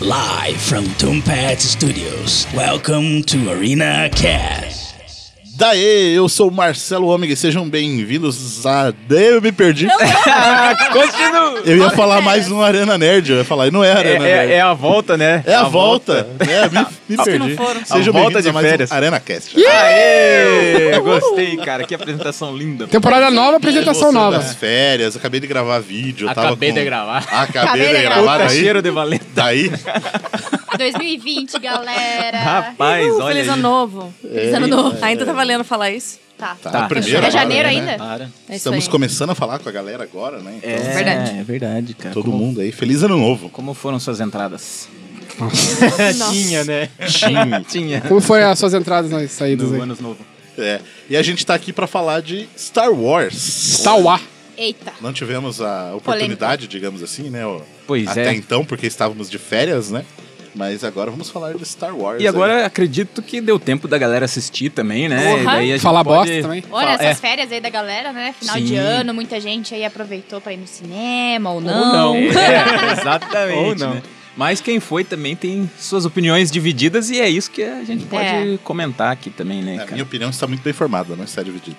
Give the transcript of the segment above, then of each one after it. Live from Tombat Studios. Welcome to Arena Cast. Daê, eu sou o Marcelo Ômega e sejam bem-vindos a... Eu me perdi. Continua! Eu ia falar mais um Arena Nerd, eu ia falar, e não é É, Arena é- Nerd. é a volta, né? É a, volta. É, me, me que perdi. não foram. Sejam A bem-vindos volta de a mais férias. um Arena Cast. Aê! Gostei, cara. Que apresentação linda. Temporada nova, apresentação Emoção nova. das férias, acabei de gravar vídeo. eu tava Acabei com- Ah, de gravar. Acabei, de de gravar, gravar. Puta daí... cheiro de valeta. Daí, 2020, galera. É. Rapaz, Uhul, olha Feliz ano aí. novo. Feliz ano novo. Ainda tá valendo falar isso? Tá. tá, Tá. primeiro É agora, janeiro né? ainda? Para. É isso Estamos aí. começando a falar com a galera agora, né? Então, É Verdade. É verdade, cara. Todo Como- mundo aí. Feliz ano novo. Como foram suas entradas? Nossa. né? Tinha. Tinha. Como foram as suas entradas nas saídas No aí? Anos Novo. É. E a gente tá aqui pra falar de Star Wars. Tauá. Eita. Não tivemos a oportunidade, digamos assim, né? o- Pois Até é. então, porque estávamos de férias, né? Mas agora vamos falar de Star Wars. E agora acredito que deu tempo da galera assistir também, né? Porra. E daí a gente Falar pode- bosta também. Olha, Fala- essas é. férias aí da galera, né? Final Sim. de ano, muita gente aí aproveitou pra ir no cinema ou não. Ou não. É, exatamente. Ou não. né? Mas quem foi também tem suas opiniões divididas e é isso que a gente pode É. comentar aqui também, né, A cara? É, minha opinião está muito bem formada, não está dividida.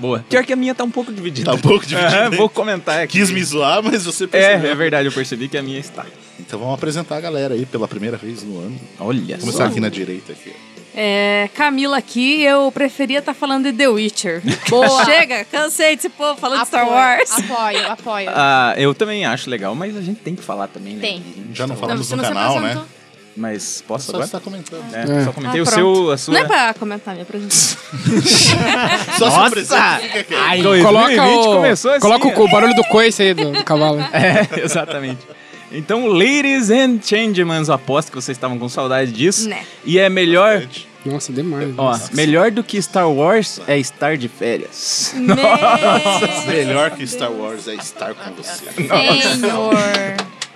Boa. Pior que a minha tá um pouco dividida. Tá um pouco dividida. É, vou comentar aqui. Quis me zoar, mas você É, percebeu. é verdade, eu percebi que a minha está. Então vamos apresentar a galera aí pela primeira vez no ano. Olha Vou só. começar aqui na direita. Aqui. É, Camila aqui, eu preferia estar falando de The Witcher. Boa. Chega, cansei desse povo falando de Star Apoio, Wars. Apoio, apoio. Ah, eu também acho legal, mas a gente tem que falar também, né? Tem. Já não falamos você no não se canal, né? apresentou. Mas Só posso agora? está comentando. É, É. Só comentei Ah, o pronto. seu, a sua. Não é pra comentar minha apresentação. Só se Nossa! apresenta, fica quieto. Ai, Coloca 2020 o, começou assim. coloca o, cu- o barulho do coice aí do, do cavalo. É, exatamente. Então, ladies and changemans, aposto que vocês estavam com saudade disso. Né. E é melhor, Nossa, demais. ó, nossa. melhor do que Star Wars é estar de férias. Meu Melhor que Star Wars é estar com você. Senhor.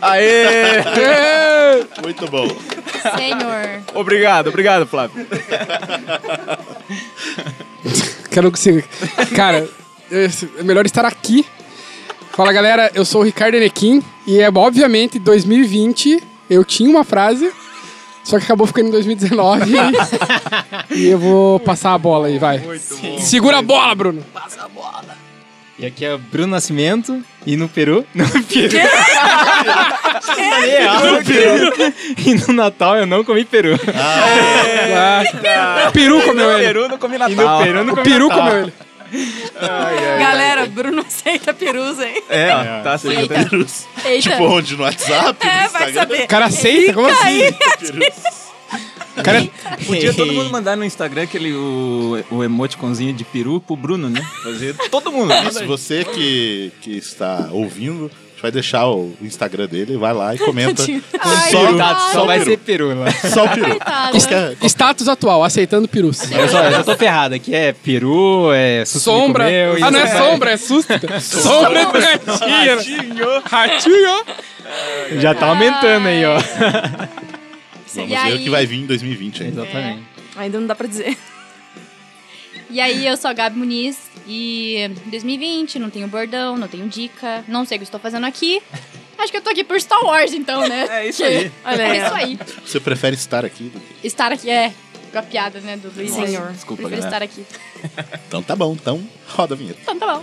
Aê! Muito bom. Senhor. obrigado, obrigado, Flávio. Quero que se- Cara, esse- é melhor estar aqui. Fala galera, eu sou o Ricardo Enequim e é obviamente 2020 eu tinha uma frase, só que acabou ficando em 2019 e eu vou passar a bola aí, vai. Segura a bola, Bruno. E aqui é Bruno Nascimento e no Peru. No Peru. e no Natal eu não comi peru. O peru comeu No ele. Peru É. não comi Natal. O peru comeu ele. Galera, Bruno aceita perus, hein? É, ó, tá aceitando. Eita. Tipo, onde? No WhatsApp? no é, Instagram? vai O saber. cara aceita? Como assim? O cara Podia todo mundo mandar no Instagram aquele o, o emoticonzinho de peru pro Bruno, né? Fazer todo mundo. Isso, você que, que está ouvindo, a gente vai deixar o Instagram dele, vai lá e comenta. Ai, Só- coitado, só vai ser peru lá. Só o peru. Coitado. Qualquer- Status atual, aceitando perus. Eu só, eu tô ferrado. Aqui é peru, é Sombra. Ah, não é sombra, é susto. sombra do ratinho. Ratinho. Já tá aumentando aí, ó. Vamos E ver o aí? que vai vir em 2020 ainda. Exatamente. Ainda não dá pra dizer. E aí, eu sou a Gabi Muniz e 2020, não tenho bordão, não tenho dica, não sei o que estou fazendo aqui. Acho que eu tô aqui por Star Wars, então, né? É isso aí. Olha É aí. isso aí. Você prefere estar aqui do que... Estar aqui é com a piada, né, do Luiz. Senhor. Desculpa, Prefiro galera. estar aqui. Então tá bom, então roda a vinheta. Então tá bom.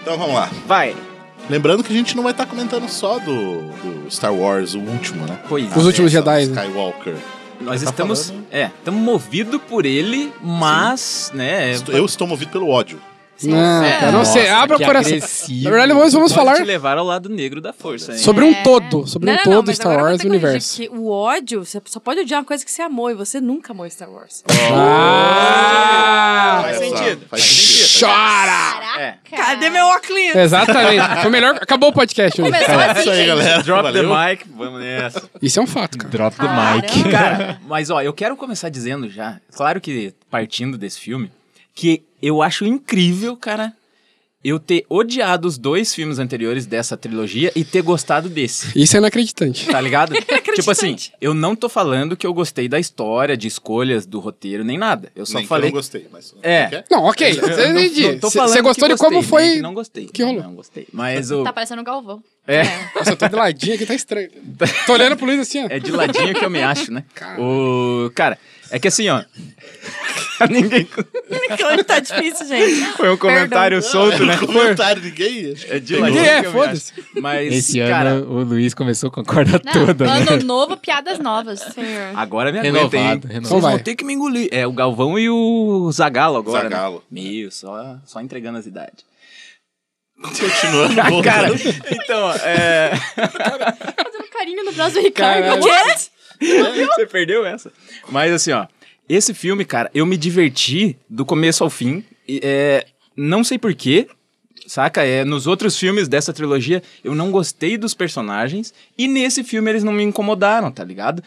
Então vamos lá. Vai. Então Lembrando que a gente não vai estar comentando só do, do Star Wars, o último, né? Pois Os é. últimos Essa, Jedi, né? Skywalker. Nós tá estamos. falando- É, estamos movidos por ele, mas, né. Estou- Eu estou movido pelo ódio. Não, é, cara, não sei, nossa, abra o que coração. agressivo. Na verdade, nós vamos pode falar te levar ao lado negro da força, hein? sobre um todo, sobre É. Não, um não, não, todo mas Star agora eu vou Wars ter e que corrigir, universo. porque O ódio, você só pode odiar uma coisa que você amou e você nunca amou Star Wars. Ah! Faz sentido. Faz sentido. É Chora! Caraca. Cadê meu óculos? Exatamente. Foi melhor. Acabou o podcast hoje. Começou cara. É assim, isso aí, gente. galera. Drop Valeu. the mic, vamos nessa. Isso é um fato, cara. Drop the mic. Cara, mas ó, eu quero começar dizendo já, claro que partindo desse filme, que eu acho incrível, cara, eu ter odiado os dois filmes anteriores dessa trilogia e ter gostado desse. Isso é inacreditante. Tá ligado? tipo assim, Inacreditante. eu não tô falando que eu gostei da história, de escolhas, do roteiro, nem nada. Eu só Nem que falei. eu não gostei, mas... É. Quer? Não, ok. Você não- entendi. não tô Você falando você que gostou de gostei, como nem foi. que Não gostei. né? que rolou. Não gostei. Mas o. Tá parecendo um Galvão. É. Nossa, eu tô de ladinho aqui, tá estranho. Tô olhando pro Luiz assim, ó. É de ladinho que eu me acho, né? O. Cara, é que assim, ó. Ninguém. Que hoje tá difícil, gente. Foi um comentário solto, né? Comentário, ninguém... É de Ninguém ladinho. é, que eu me acho. foda-se. Mas, Esse cara, ano o Luiz começou com a corda Não, toda, né? ano novo, piadas novas. é. agora é me aguentem. Renovado, Só renovado. Vocês vai. vão ter que me engolir. É o Galvão e o Zagalo agora. Zagallo. Né? Meu, só, só entregando as idades. Continuando. voltando. Cara, então, ó, é. Fazendo carinho no braço do Ricardo. Você perdeu essa. Mas assim, ó. Esse filme, cara, eu me diverti do começo ao fim. e, é, não sei porquê, saca? É, nos outros filmes dessa trilogia, eu não gostei dos personagens. E nesse filme eles não me incomodaram, tá ligado?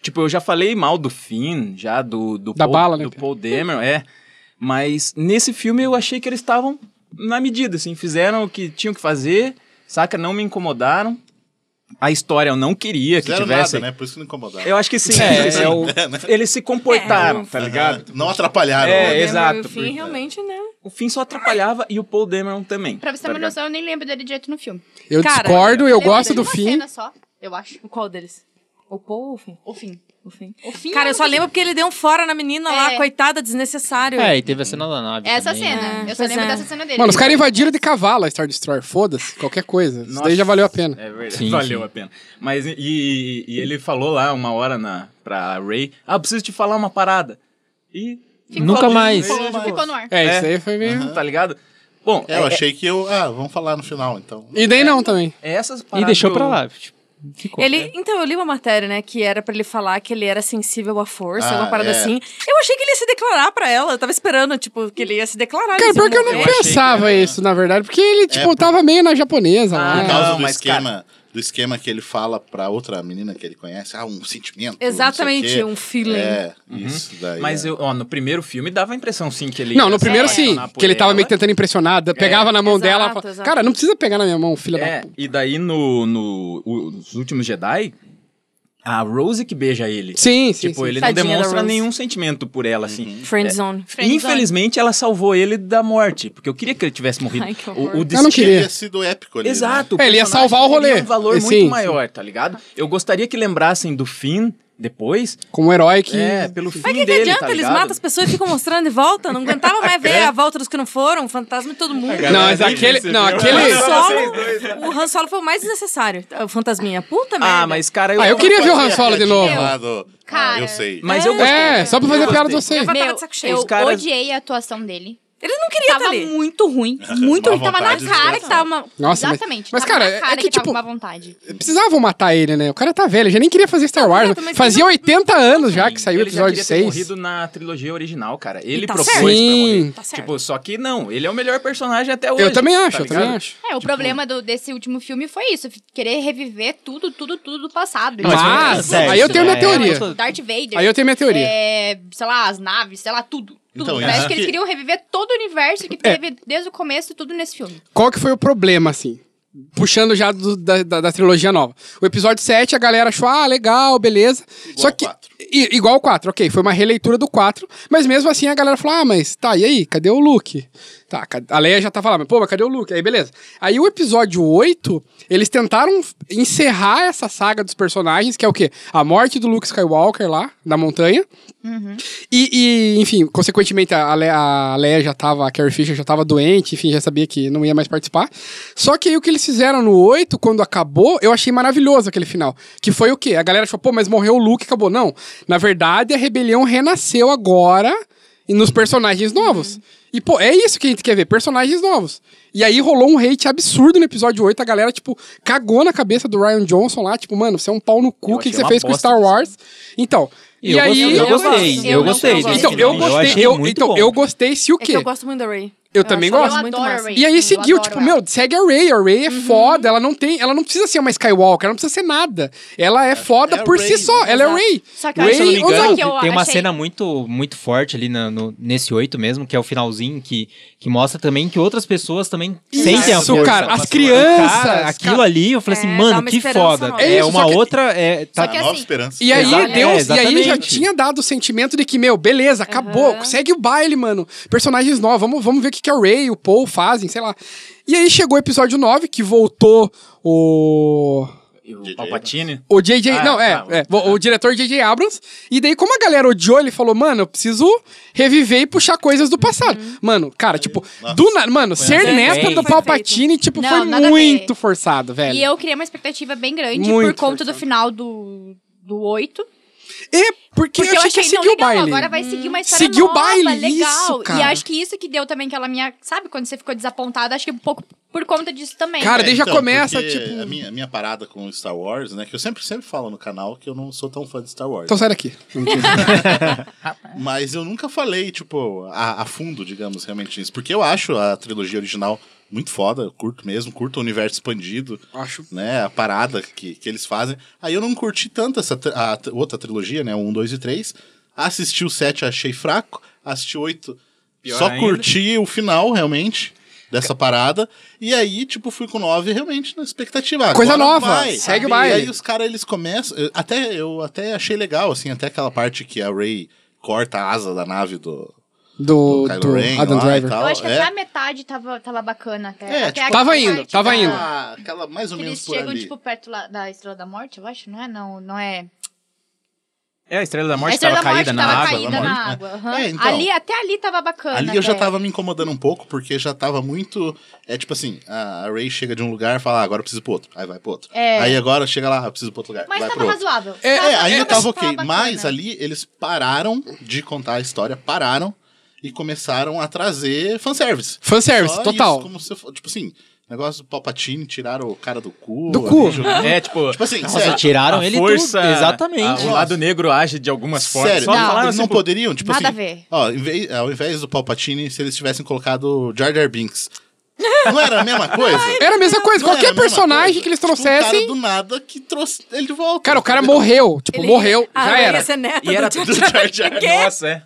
Tipo, eu já falei mal do Finn, já do, do, Da Paul, bala, né, do cara? Paul Dameron, é. Mas nesse filme eu achei que eles estavam na medida, assim. Fizeram o que tinham que fazer, saca? Não me incomodaram. A história eu não queria que Fizeram tivesse. nada, né? Por isso que não incomodaram. Eu acho que sim. É, acho que sim. É, né? Eles se comportaram, tá ligado? Não atrapalharam. É, né? exato, O fim porque- realmente, né? O fim só atrapalhava e o Paul Dameron também. Pra você ter tá uma ligado? noção, eu nem lembro dele direito no filme. Eu Cara, discordo, eu lembro gosto de do uma fim. cena só, eu acho. O qual deles? O Paul ou o fim? O fim. O fim. O fim Cara, eu só lembro porque ele deu um fora na menina lá, É. coitada, desnecessário. É, e teve a cena da nave. Essa também, né? cena. É, Eu só pois lembro é. dessa cena dele. Mano, os caras invadiram de cavalo a Star Destroyer. Foda-se, qualquer coisa. Isso daí já valeu a pena. É verdade. Sim, Valeu sim. a pena. Mas e, e- e ele falou lá uma hora na, pra Ray: Ah, preciso te falar uma parada. E. Ficou- Nunca mais. Falou de Ficou boa. no ar. É, isso É. aí foi meio. Uhum. Tá ligado? Bom, É, eu achei que eu... Ah, vamos falar no final, então. E daí não também. é essas E paradas. deixou que eu- pra lá. tipo, Ficou. Ele, então, eu li uma matéria, né, que era pra ele falar que ele era sensível à força, Ah, alguma parada é. assim. Eu achei que ele ia se declarar pra ela, eu tava esperando, tipo, que ele ia se declarar. Cara, eles iam pior que eu não morrer. achei que É, pensava isso, na verdade, porque ele, tipo, tava meio na japonesa Ah, Por lá. né? causa não, do mas, cara- esquema... Do esquema que ele fala pra outra menina que ele conhece. Ah, um sentimento. não sei o Exatamente, quê. um feeling. É, isso daí. Uhum. Mas é. eu, ó, no primeiro filme dava a impressão sim que ele. Não, ia no se primeiro sim, apaixonar por que ele tava ela. meio que tentando impressionar, da- pegava na mão Exato, dela, falava, exato. cara, não precisa pegar na minha mão, filha da É, e daí no, no o- Os Últimos Jedi, a Rose que beija ele. Sim, sim, Tipo, sim. Uhum. ele Tadinha não da demonstra Rose. nenhum sentimento por ela, assim. Friendzone. Infelizmente, ela salvou ele da morte, porque eu queria que ele tivesse morrido. Ai, que O- horror. o, Eu Eu não destino... queria. Teria sido épico ali. né? Exato. o É, ele ia personagem salvar o rolê. teria um valor É, muito sim, sim. maior, tá ligado? Eu gostaria que lembrassem do Finn depois. Como um herói que. É, pelo fim Mas o que, que dele, adianta? tá eles ligado? matam as pessoas e ficam mostrando e voltam. Não aguentava mais ver a volta dos que não foram, o fantasma de todo mundo. Não, mas aquele. Não, O aquele. Han, Solo, o Han Solo foi o mais desnecessário. O fantasminha. Puta merda. Ah, mas cara... Ah, eu queria ver o Han Solo de novo. Ah, do- ah, Cara. eu sei. Mas eu gostei. É, só pra fazer Eu piada do gostei. você. tava Meu, tá de saco cheio. eu Os caras- odiei a atuação dele. Ele não queria estar tava ali. É muito ruim. Muito Má ruim. Tava na vontade, cara que desgraçado. tava uma... Nossa, mas- Exatamente. mas, tava cara, na é cara que, que, tava tipo, com má vontade. Precisavam matar ele, né? O cara tá velho, ele já nem queria fazer Star Wars. mas Fazia 80 anos já que saiu o ele já episódio queria ter 6. morrido na trilogia original, cara. Ele tá propôs certo. pra Sim. morrer. Tá certo. Tipo, só que não, ele é o melhor personagem até hoje. Eu também tá acho, eu também ligado? acho. É, o problema do- desse último filme foi isso. f- Querer reviver tudo, tudo, tudo do passado. Mas- Tipo, Mas, aí eu tenho minha É. teoria. Darth Vader. Aí eu tenho minha teoria. É, sei lá, as naves, sei lá, tudo. tudo. Então, Parece isso que eles que- queriam reviver todo o universo que É. teve desde o começo, tudo nesse filme. Qual que foi o problema, assim? Puxando já do- da, da- da trilogia nova. O episódio 7, a galera achou, ah, legal, beleza. Só ao que. quatro. I- igual o 4, ok. Foi uma releitura do 4. Mas mesmo assim a galera falou, ah, mas tá, e aí? Cadê o Luke? Tá, ca- a Leia já tava lá, mas pô, mas cadê o Luke? Aí beleza. Aí o episódio 8, eles tentaram encerrar essa saga dos personagens, que é o quê? A morte do Luke Skywalker lá, na montanha. E, e, enfim, consequentemente, a Le- a Leia, já tava, a Carrie Fisher já tava doente, enfim, já sabia que não ia mais participar. Só que aí o que eles fizeram no 8, quando acabou, eu achei maravilhoso aquele final. Que foi o quê? A galera achou, pô, mas morreu o Luke, acabou. Não. Na verdade, a rebelião renasceu agora e nos personagens novos. Uhum. E, pô, é isso que a gente quer ver, personagens novos. E aí rolou um hate absurdo no episódio 8, a galera, tipo, cagou na cabeça do Ryan Johnson lá, tipo, mano, você é um pau no cu, o que, achei que você uma fez com bosta Star isso. Wars? Então, E e eu aí... gostei, eu Eu gostei, eu não gostei. gosto. desse Então, eu final. gostei, achei eu, muito então, bom. eu gostei se o É quê? que eu eu, gosto muito da Ray. também acho ela gosto. muito adoro a massa. Rey. E aí Eu seguiu, adoro tipo, ela. Uhum. meu, segue a Ray, a Ray é foda, ela não tem, ela não precisa ser uma Skywalker, ela não precisa ser nada. Ela é foda é a por Rey, si só, né? ela é a Exato. Ray. Só que eu Ray acho que ou engano, não? que eu tem uma achei- cena muito, muito forte ali na- no- nesse 8 mesmo, que é o finalzinho, que, que mostra também que outras pessoas também sentem a Isso, força. cara, as Cara, crianças, aquilo cara. ali, eu falei É, assim, dá mano, uma que esperança foda. nova. É, É isso, uma só que- outra... É, tá- Só que A nova assim- esperança. E aí, Exa- é, Deus, e aí já exatamente. tinha dado o sentimento de que, meu, beleza, acabou, segue o baile, mano. Personagens novos, vamos, vamos ver o que, que a Ray, o Paul fazem, sei lá. E aí chegou o episódio 9, que voltou o. E o DJ, Palpatine. O JJ. Ah, não, é, tá. é, o, o diretor JJ Abrams. E daí, como a galera odiou, ele falou, mano, eu preciso reviver e puxar coisas do passado. Uhum. Mano, cara, tipo, nossa. assim do nada. Mano, ser perfeito. neta do Perfeito. Palpatine, tipo, Não, foi nada a ver. muito forçado, velho. E eu criei uma expectativa bem grande É. Muito por conta forçado. do final do, do 8. É, porque, Porque eu eu achei que achei ia não, seguir o legal, baile. agora vai seguir uma história Seguiu o nova, baile, legal. isso, cara. E acho que isso que deu também aquela minha... Sabe quando você ficou desapontada? Acho que um pouco por conta disso também. Cara, É, daí já então, começa, porque tipo. A minha, a minha parada com o Star Wars, né? Que eu sempre, sempre falo no canal que eu não sou tão fã de Star Wars. Então sai daqui. Mas eu nunca falei, tipo, a, a fundo, digamos, realmente isso. Porque eu acho a trilogia original muito foda, eu curto mesmo, curto o universo expandido, Acho. né? A parada que, que eles fazem. Aí eu não curti tanto essa tri- a t- outra trilogia, né? O 1, 2 e 3. Assisti o 7, achei fraco. Assisti o 8, Pior só ainda. curti o final, realmente. Dessa parada. E aí, tipo, fui com 9 realmente na expectativa. Coisa Agora nova, vai. segue E o baile. aí os caras, eles começam... eu- Até, eu até achei legal, assim, até aquela parte que a Ray corta a asa da nave do, Do, Kylo do Ren Adam lá e Driver. tal. Eu acho que É. até a metade tava, tava bacana. Até, É, até tipo, aquela Tava parte indo, tava da- indo. Ah, Aquela, mais ou Que menos eles por chegam, ali. tipo, perto lá da Estrela da Morte, eu acho, não é? Não, não é. É, a Estrela da a Morte Estrela tava da Morte caída na tava água. caída da né? na morte. água. aham. É, então. ali, até ali tava bacana. Ali eu já até. tava me incomodando um pouco, porque já tava muito. É tipo assim, a a Ray chega de um lugar e fala, ah, agora eu preciso pro outro. Aí vai pro outro. É. Aí agora chega lá, ah, eu preciso pro outro lugar. Mas vai tava pro outro. razoável. É, Tava- é, ainda eu tava acho que ok. bacana. Mas ali eles pararam de contar a história, pararam e começaram a trazer fanservice. Fanservice, Só total. Isso, como se for- tipo assim, negócio do Palpatine, tiraram o cara do cu. Do ali, cu. jogando- É, tipo... Tipo assim, Nossa, sério. tiraram a ele força, tudo. a- Exatamente. o lado negro age de algumas formas. Sério, Só eles falaram não, assim, pô, poderiam, tipo Nada assim, a ver. Ó, em vez- ao invés do Palpatine, se eles tivessem colocado Jar Jar Binks. Não era a mesma coisa? Era a mesma coisa, Não era a qualquer mesma personagem coisa? que eles Tipo, trouxessem. um cara do nada que trouxe ele de volta. Cara, o cara entendeu? morreu. Tipo, Ele- morreu, Ah, já ela era. ia ser neta E era do Jar tudo Jar. Jar Jar. Nossa, é.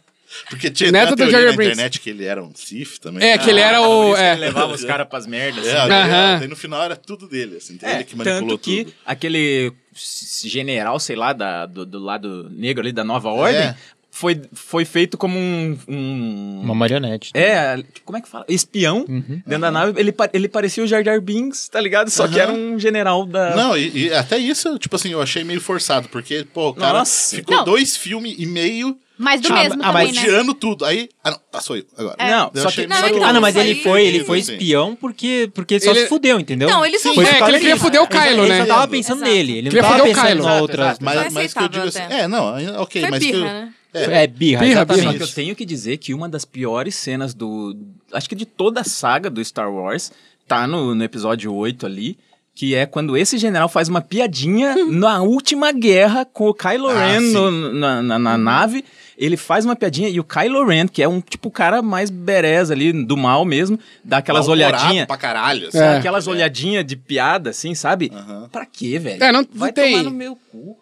Porque tinha Neto na do teoria Jar Jar na Binks. internet que ele era um Sith também. É, que ele era Por o. isso que é. ele levava os caras pras merdas. É, assim. Aham. daí no final era tudo dele, assim. É, ele que manipulou tanto que tudo. aquele s- general, sei lá, da- do, do lado negro ali da Nova Ordem, É. foi, foi feito como um... um- Uma marionete. É, como é que fala? Espião dentro da nave. Ele, pa- ele parecia o Jar Jar Binks, tá ligado? Só que Aham. era um general da... Não, e, e até isso, tipo assim, eu achei meio forçado, porque, pô, o cara Nossa. ficou Não. dois filmes e meio Mas do Ah, mesmo ah, mas também, né? odiando tudo. Aí, ah não, passou eu agora. Não, Eu só achei que... Não, só que- então, Ah, não, mas isso ele aí- foi, ele foi Sim. espião porque, porque ele só Ele- se fudeu, entendeu? Não, ele só Sim. É, Foi que por ele causa queria disso. fuder o Ele- Kylo, Ele né? só tava pensando Exato. nele, ele não Queria tava fuder o pensando Kylo. na outra. Foi Mas, mas que eu digo aceitável assim. até. É, não, ok, Foi mas que eu- birra, né? É, birra, Birra, exatamente. Só que eu tenho que dizer que uma das piores cenas do. Acho que de toda a saga do Star Wars tá no, no episódio 8 ali. Que é quando esse general faz uma piadinha Hum. na última guerra com o Kylo Ah, Ren sim. no- na, na- na nave. Ele faz uma piadinha e o Kylo Ren, que é um tipo o cara mais berez ali, do mal mesmo, dá aquelas Mal-humorado olhadinhas. Pra caralho, assim. É. Aquelas olhadinhas de piada, assim, sabe? Aham. Pra quê, velho? É, não- não Vai tem. tomar no meu cu.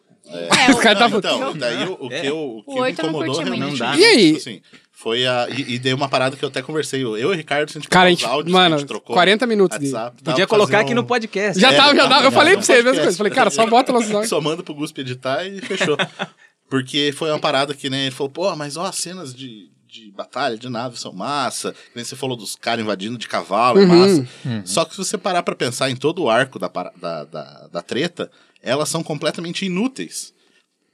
É, Os caras Não, estavam. então, daí o, o que, É. eu, o que O me oito eu não incomodou curti muito. realmente. Não dá. E aí? tipo assim, foi a. E, e dei uma parada que eu até conversei. Eu e o Ricardo, a gente Cara, a pegou os gente- áudios mano, que a gente trocou. 40 minutos de- WhatsApp, tava Podia colocar fazendo aqui um- no podcast. Já É, tava, já tava, tava. Eu tava, falei pra tava. você a mesma Podcast. coisa. Falei, cara, só bota lá os áudios. Só manda pro Guspe editar e fechou. Porque foi uma parada que, né, ele falou, pô, mas ó, as cenas de, de batalha, de nave são massa. Que nem você falou dos caras invadindo de cavalo, é Uhum. massa. Só que se você parar pra pensar em todo o arco da, para- da, da, da treta, elas são completamente inúteis.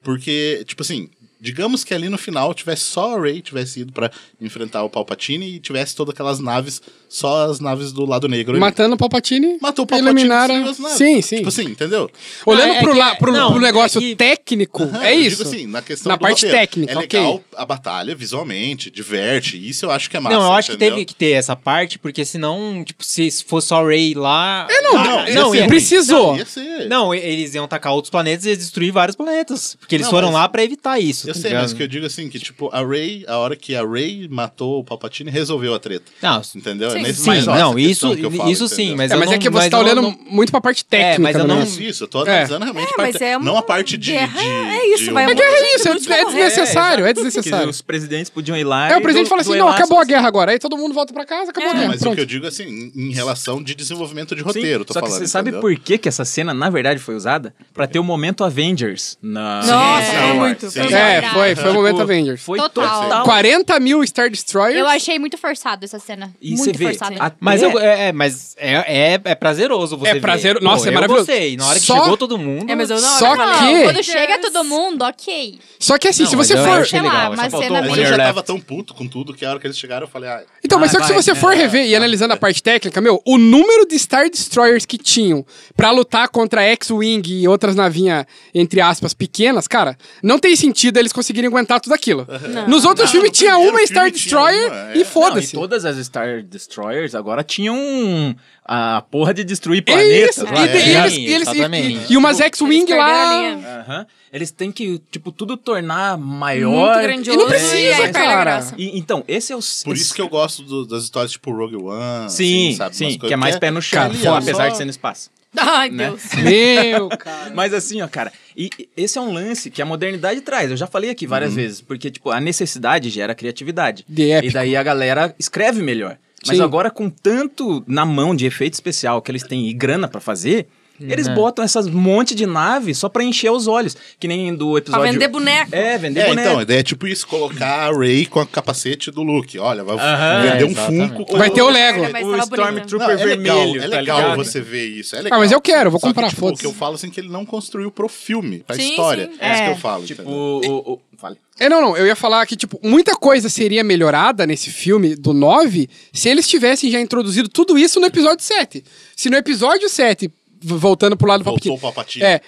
Porque, tipo assim, digamos que ali no final tivesse só a Rey tivesse ido pra enfrentar o Palpatine e tivesse todas aquelas naves, só as naves do lado negro. ali. Matando o Palpatine. Matou o Palpatine. eliminaram- destruiu as naves. Sim, sim. Tipo assim, entendeu? Olhando é pro, que- la- pro- não, pro negócio é que- técnico, Aham, é eu isso. Digo assim, na questão Na do parte roteiro. técnica, É ok. legal a batalha visualmente, diverte. Isso eu acho que é massa. não, eu acho que entendeu? teve que ter essa parte, porque senão, tipo, se fosse só o Ray lá. É, Não, não, não, esse é precisou. Ia ser. Não, e- eles iam atacar outros planetas e destruir vários planetas. Porque eles Não, foram mas- lá pra evitar isso. Eu tá sei, mas ligado? que eu digo assim, que tipo, a Ray, a hora que a Ray matou o Palpatine, resolveu a treta. Não, Entendeu? Sim. é nesse sim, mais essa não, questão isso, que eu falo, isso sim, entendeu? mas um É, eu mas não- é que você mas tá eu olhando não- muito pra parte técnica. mas eu do não- negócio. Isso, isso, eu tô É. analisando realmente a É, mas parte- é uma não a parte de. guerra- de- é isso, de um vai- humor. A guerra é isso, Tudo que é, é morrer. desnecessário, é Que desnecessário. os presidentes podiam ir lá. Aí o presidente du- fala assim, duelar não, acabou a essas- guerra agora. Aí todo mundo volta pra casa, acabou a É. guerra. Mas o pronto. que eu digo assim, em- em relação de desenvolvimento de roteiro, tô Só falando. que você sabe entendeu? por que, que essa cena, na verdade, foi usada? Pra ter o momento Avengers. Na... Nossa, Sim, é, sim, sim. muito. foi muito. É, Verdade. foi, foi o momento Avengers. Foi Total. total. 40 mil Star Destroyers. Eu achei muito forçado essa cena. E muito você vê, forçado. né? até- Mas, eu, é, é, mas é, é, é prazeroso você É ver. prazer- Pô, nossa, é eu maravilhoso. gostei. Na hora que Só- chegou todo mundo... É, mas eu não. Só eu não- que- Não, quando Yes. chega todo mundo, ok. Só que assim, Não, se você mas eu for. Sei achei lá, legal, mas só cena faltou Mas meio- um eu já Wonder tava Left. tão puto com tudo que a hora que eles chegaram eu falei, ah, tá. Então, mas Ah, só que se vai, você é. for rever e analisando a parte técnica, meu, o número de Star Destroyers que tinham pra lutar contra X-Wing e outras navinhas, entre aspas, pequenas, cara, não tem sentido eles conseguirem aguentar tudo aquilo. Nos outros Não, filmes no tinha primeiro uma Star filme tinha Destroyer uma, é. e Não, e foda-se. todas as Star Destroyers agora tinham a porra de destruir É planetas. isso. lá, E, e né? é, eles- e eles- e- exatamente. e- e umas X-Wing perderam a lá. né? linha. Aham. Eles têm que, tipo, tudo tornar maior. Muito grandioso. E não precisa, e aí perde a cara. graça. E- então, esse é o. s- Por isso que eu gosto do- das histórias tipo Rogue One. Sim, assim, sabe? Umas sim, coisas que é mais pé no chão, ali, ó, apesar só- de ser no espaço. Ai, Deus. Meu, cara. Mas assim, ó, cara, e e esse é um lance que a modernidade traz. Eu já falei aqui várias vezes, porque, tipo, a necessidade gera criatividade. De e épico. daí a galera escreve melhor. Mas Sim. agora, com tanto na mão de efeito especial que eles têm e grana pra fazer, eles botam essas monte de nave só pra encher os olhos. Que nem do episódio. vender boneco. É, vender É, boneco. então, a ideia é tipo isso, colocar a Ray com o capacete do Luke. Olha, vai Aham, vender um exatamente. Funko. Vai ter o Lego. Olha, mas o tava bonita. Stormtrooper Não, é legal, vermelho. é tá legal ligado? você ver isso. É legal. Ah, mas eu quero, vou Só que, comprar, tipo, O fotos. que eu falo assim que ele não construiu pro filme, pra Sim, história. sim. É isso É. que eu falo. Tipo, entendeu? o. o- o- fale. É, não, não. Eu ia falar que, tipo, muita coisa seria melhorada nesse filme do 9 se eles tivessem já introduzido tudo isso no episódio 7. Se no episódio 7, v- voltando pro lado um do Voltou o Palpatine. Palpatine. É,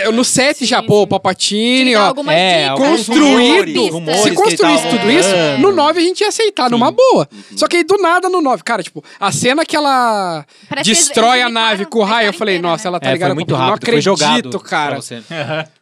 f- é, no 7 já, pô, o Palpatine, Tinha ó. algumas é, dicas, Construído, algumas pistas. se rumores. que ele construísse tava tudo isso, voltando. no 9 a gente ia aceitar, numa boa. Uhum. Só que aí do nada no 9, cara, tipo, a cena que ela Parece que eles- destrói eles a nave limparam com o a raio, eu história falei, inteira, nossa, né? ela tá É, ligada foi com o muito Palpatine. rápido, foi Não jogado acredito, pra cara. você.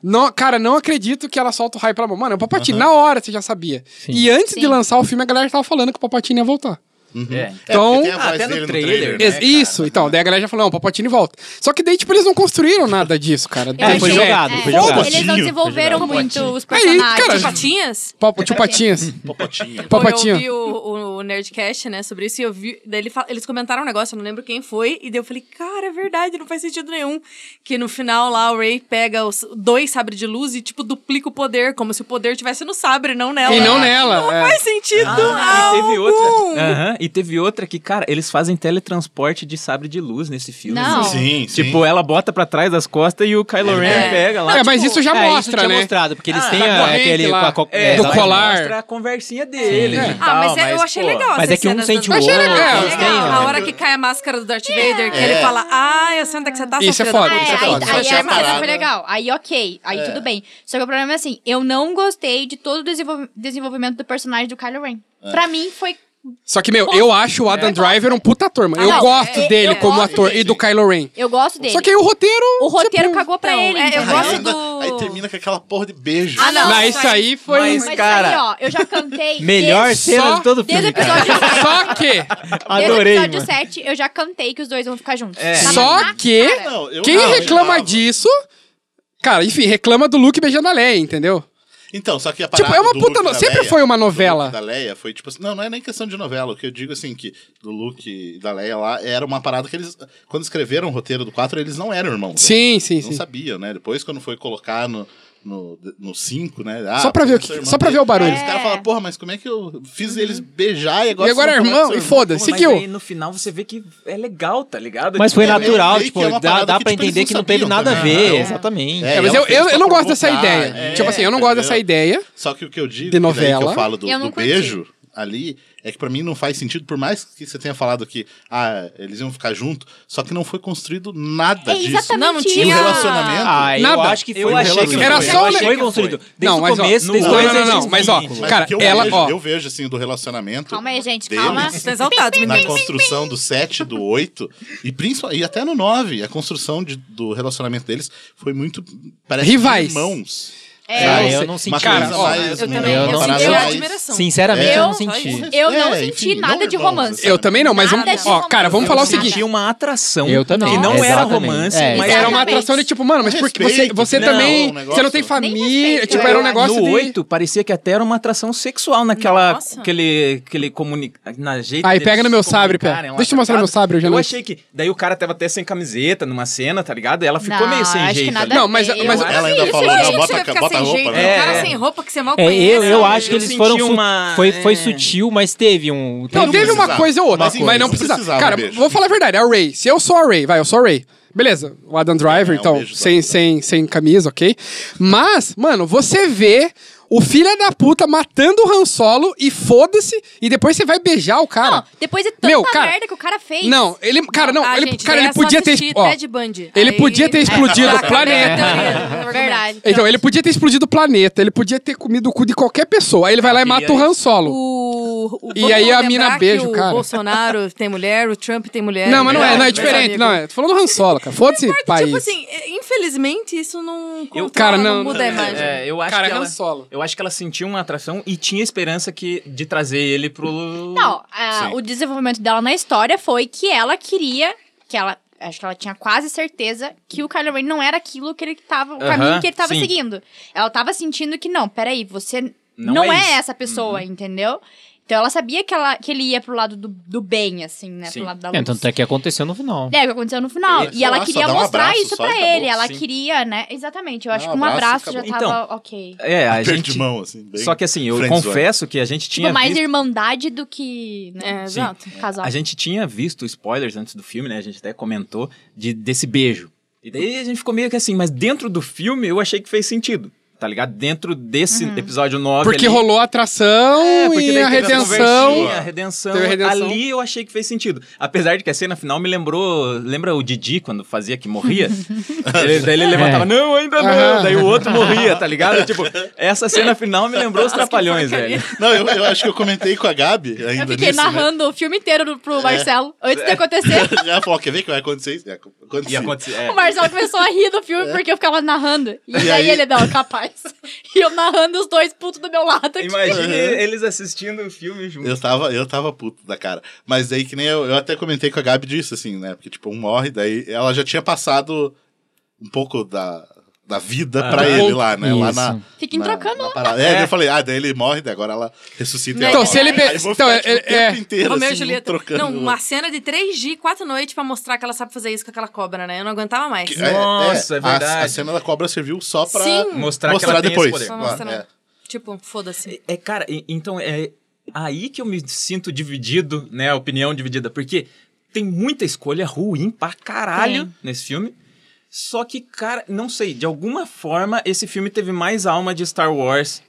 Não, cara, não acredito que ela solta o raio pela mão. Mano, é o Palpatine. Na hora você já sabia. E antes de Sim. lançar o filme, a galera tava falando que o Palpatine ia voltar. Uhum. É. Então, porque tem a voz até no dele trailer, né? ex- isso. Então, daí a galera já falou, não, o Palpatine volta. Só que daí, tipo, eles não construíram nada disso, cara. Eu Daí, foi achei- jogado, é, foi jogado. Eles não Robotinho. desenvolveram muito os É, Aí, personagens. cara, De patinhas? Pal- Tio Patinhas. Popotinho. Pô, Papatinho. Eu vi o, o Nerdcast, né, sobre isso, e eu vi. Daí ele fa- eles comentaram um negócio, eu não lembro quem foi, e daí eu falei, cara, é verdade, não faz sentido nenhum. Que no final lá o Ray pega os dois sabres de luz e, tipo, duplica o poder, como se o poder tivesse no sabre, não nela. E não nela, Não é. faz sentido. Ah, e teve algum. outra. Aham, e teve outra que, cara, eles fazem teletransporte de sabre de luz nesse filme. Não. assim. Sim, sim. Tipo, ela bota pra trás das costas e o Kylo Ren É. pega lá. É, mas isso já é, mostra, isso tinha né? mostrado, porque eles Ah, têm com a a- corrente aquele... lá. Com a co- tá É, do exatamente. colar. Mostra a conversinha dele. É. e Ah, mas, tal, é- eu achei pô, legal. mas essas é que um cenas das- sente o Achei outro, legal. eles têm, Legal, ó. a hora que cai a máscara do Darth Vader, que ele fala, ah, eu sinto que você tá Isso é sofrendo. foda, por isso É, é aí, foda. aí Achei essa a cena parada. foi legal. Aí, ok. Aí tudo bem. Só que o problema é assim, eu não gostei de todo o desenvol- desenvolvimento do personagem do Kylo Ren. Pra mim, foi... Só que, meu, eu acho o Adam Driver um puta ator, mano. Ah, Eu não, gosto é- dele eu como gosto ator e do Kylo Ren. Eu gosto dele. Só que aí o roteiro. o roteiro tipo, cagou pra Então, ele. é, eu entendeu? aí, gosto ainda- do- aí termina com aquela porra de beijo. Ah, não. Não, isso aí foi. Mas, Mas cara, aí, ó, eu já cantei... Melhor desde- cena de todo o Desde o filme, cara. episódio Só que. Adorei, Desde o mano. episódio 7, eu já cantei que os dois vão ficar juntos. É. Tá Só na que- cara. Não, eu- Quem não, eu reclama amava. disso. Cara, enfim, reclama do Luke beijando a Leia, entendeu? Então, só que a Tipo, parada é uma do puta. Luke no- da Sempre Leia- foi uma do Luke novela. da Leia foi tipo assim, não, não é nem questão de novela, o que eu digo assim que do Luke e da Leia lá era uma parada que eles quando escreveram o roteiro do 4, eles não eram irmãos. né? Sim, sim, Não sim. sabiam, né? Depois quando foi colocar no no 5, no cinco, né? Ah, Só pra ver o porque que- sou irmão só pra dele. ver o barulho. Aí os caras falam, porra, mas como é que eu fiz eles beijar e agora... E agora é vocês vão falar irmão? que E sou foda-se, seguiu. né? aí no final você vê que é legal, tá ligado? Mas foi É, meio- natural, meio que tipo, é uma dá, parada dá que, pra tipo, eles entender não que não teve sabiam nada a também, ver, né? exatamente. É, É, mas ela eu, fez eu, pra eu não gosto dessa provocar, ideia. é, tipo assim, eu não gosto dessa ideia. Só que o que eu digo, De que daí que novela. eu falo do, Eu do não curti. beijo ali, é que pra mim não faz sentido, por mais que você tenha falado que ah, eles iam ficar junto, só que não foi construído nada É disso. exatamente Não, não isso. tinha- E o relacionamento... Ah, eu Nada. acho que foi Eu um achei que relacionamento. era só Eu um achei ne- que foi construído. Desde Não, o mas ó, começo, não, desde não, o não, não, mas ó, Mas cara, o que eu ela, vejo, ó. eu vejo assim do relacionamento. Calma aí, gente, deles calma. Vocês exaltados, Na meninos. construção do 7, do 8 e, principal- e até no 9, a construção de- do relacionamento deles foi muito. Parece Rivais. irmãos. Cara, É, eu não senti Cara, isso. ó, mas eu um- também, eu eu, não- senti eu- uma admiração. Sinceramente, eu, Eu- não senti. eu não É, senti enfim, nada não de irmãos, assim, romance. Eu também não, mas Nada vamos. de Ó, cara, vamos falar o romance. seguinte. Tinha uma atração. Eu também. Que não era Exatamente. romance, É, mas Mas era uma Exatamente. atração de tipo, mano, mas porque você, Respeito, você né? também. Um negócio- você não tem Nem né? família. respeito. Tipo, era um negócio no de. 8, parecia que até era uma atração sexual naquela. Nossa. Aquele, aquele comuni... na jeito Aí deles pega no meu se sabre, pé. comunicarem lá, Deixa eu tá mostrar meu ligado? sabre hoje à Eu noite. achei que. Daí o cara tava até sem camiseta numa cena, tá ligado? Ela ficou Não, meio sem acho que jeito. nada ali. a Não, mas- ver, eu mas- acho Ela que ainda isso falou, é não, gente bota, Você vai a- ficar bota a sem roupa, jeito, né? um cara É. sem roupa que você mal É, conhece. né? eu, eu acho que eu eles senti foram. su- uma- Foi, foi é. sutil, mas teve um. Não, Não teve uma precisava. coisa ou outra, Mas mas, sim, não não precisava. precisava Cara, mesmo. vou falar a verdade, é o Ray. Se eu sou a Ray, vai, eu sou a Ray. Beleza, o Adam Driver, É, um então, beijo, sem, Adam. sem, sem camisa, ok? Mas, mano, você vê o filho da puta matando o Han Solo e foda-se, e depois você vai beijar o cara. Não, depois de tanta Meu, cara- merda que o cara fez. Não, ele. Cara, não, Ah, ele, gente, cara, é ele só podia ter. assistir ó, Ted Bundy. ele Aí- podia ter explodido Tá, o planeta. teoria, argumento. Verdade. Então, ele podia ter explodido o planeta, ele podia ter comido o cu de qualquer pessoa. Aí ele vai lá e mata o Han Solo. O, o- E vamos aí a lembrar mina que beijo, o cara. Bolsonaro tem mulher, o Trump tem mulher. Não, mas não é, não é meus diferente, amigos. não é. Tô falando do Han Solo, cara. Foda-se, país. Tipo assim, é, infelizmente isso não controla, cara, não, muda a não, imagem. É, eu acho Cara, que Han ela, Solo. Eu acho que ela sentiu uma atração e tinha esperança que, de trazer ele pro. Não, a- Sim. o desenvolvimento dela na história foi que ela queria, que ela, acho que ela tinha quase certeza que o Kylo Ren não era aquilo que ele tava, o Aham, caminho que ele tava sim. seguindo. Ela tava sentindo que não, peraí, você Não não, é é, isso. essa pessoa, entendeu? Então ela sabia que, ela, que ele ia pro lado do, do bem, assim, né? Sim. Pro lado da luz. É, tanto é que aconteceu no final. É, o que aconteceu no final. Ele e ela só- só queria dá um mostrar abraço só isso pra e acabou, ele. Ela sim. queria, né? Exatamente. Eu Dá acho um que um abraço abraço, e já acabou. tava ok. É, a Aperto gente. de mão, assim. bem Só que assim, eu friendzone. confesso que a gente tinha. Tipo, mais visto- irmandade do que, né? É, exato. Casal. A gente tinha visto spoilers antes do filme, né? A gente até comentou de, desse beijo. E daí a gente ficou meio que assim, mas dentro do filme eu achei que fez sentido, tá ligado? Dentro desse Uhum. episódio 9 Porque ali, rolou a atração É, porque e daí a teve as redenção. conversinhas, a redenção. Teve a redenção. Ali eu achei que fez sentido. Apesar de que a cena final me lembrou. Lembra o Didi quando fazia que morria? ele, daí ele levantava, não, ainda não. É. Aham. Daí o outro morria, tá ligado? Tipo, essa cena final me lembrou os trapalhões, velho. Não, eu, eu acho que eu comentei com a Gabi ainda Eu fiquei nisso, né? narrando o filme inteiro do- pro Marcelo, antes de acontecer. Ela falou, quer ver que vai acontecer isso? É, E acontecia. aconteceu. é. O Marcelo começou a rir do filme porque eu ficava narrando. E, E daí aí- ele, não, capaz. E eu narrando os dois putos do meu lado Tipo, aqui. Imagine eles assistindo o filme junto. Eu tava, eu tava puto da cara. Mas daí que nem eu, eu até comentei com a Gabi disso, assim, né? Porque, tipo, um morre, daí ela já tinha passado um pouco da, da vida pra ele lá, né? Lá na. Isso. Fiquem na- trocando. né? na parada. É, daí eu falei, ah, daí ele morre, daí agora ela ressuscita e Então, ela se morre. ele be- Aí eu vou então, ficar, tipo, é- o tempo é- inteiro, Romeu e assim, Julieta. trocando. Não, uma cena de 3 dias, 4 noites pra mostrar que ela sabe fazer isso com aquela cobra, né? Eu não aguentava mais. É, é, Nossa, a- é A, verdade. cena da cobra serviu só pra Sim. Mostrar, mostrar que ela depois. tem esse Só poder. mostrar. é. Tipo, foda-se. É, cara, e- então é aí que eu me sinto dividido, né? A opinião dividida, porque tem muita escolha ruim pra caralho nesse filme. Só que, cara, não sei, de alguma forma esse filme teve mais alma de Star Wars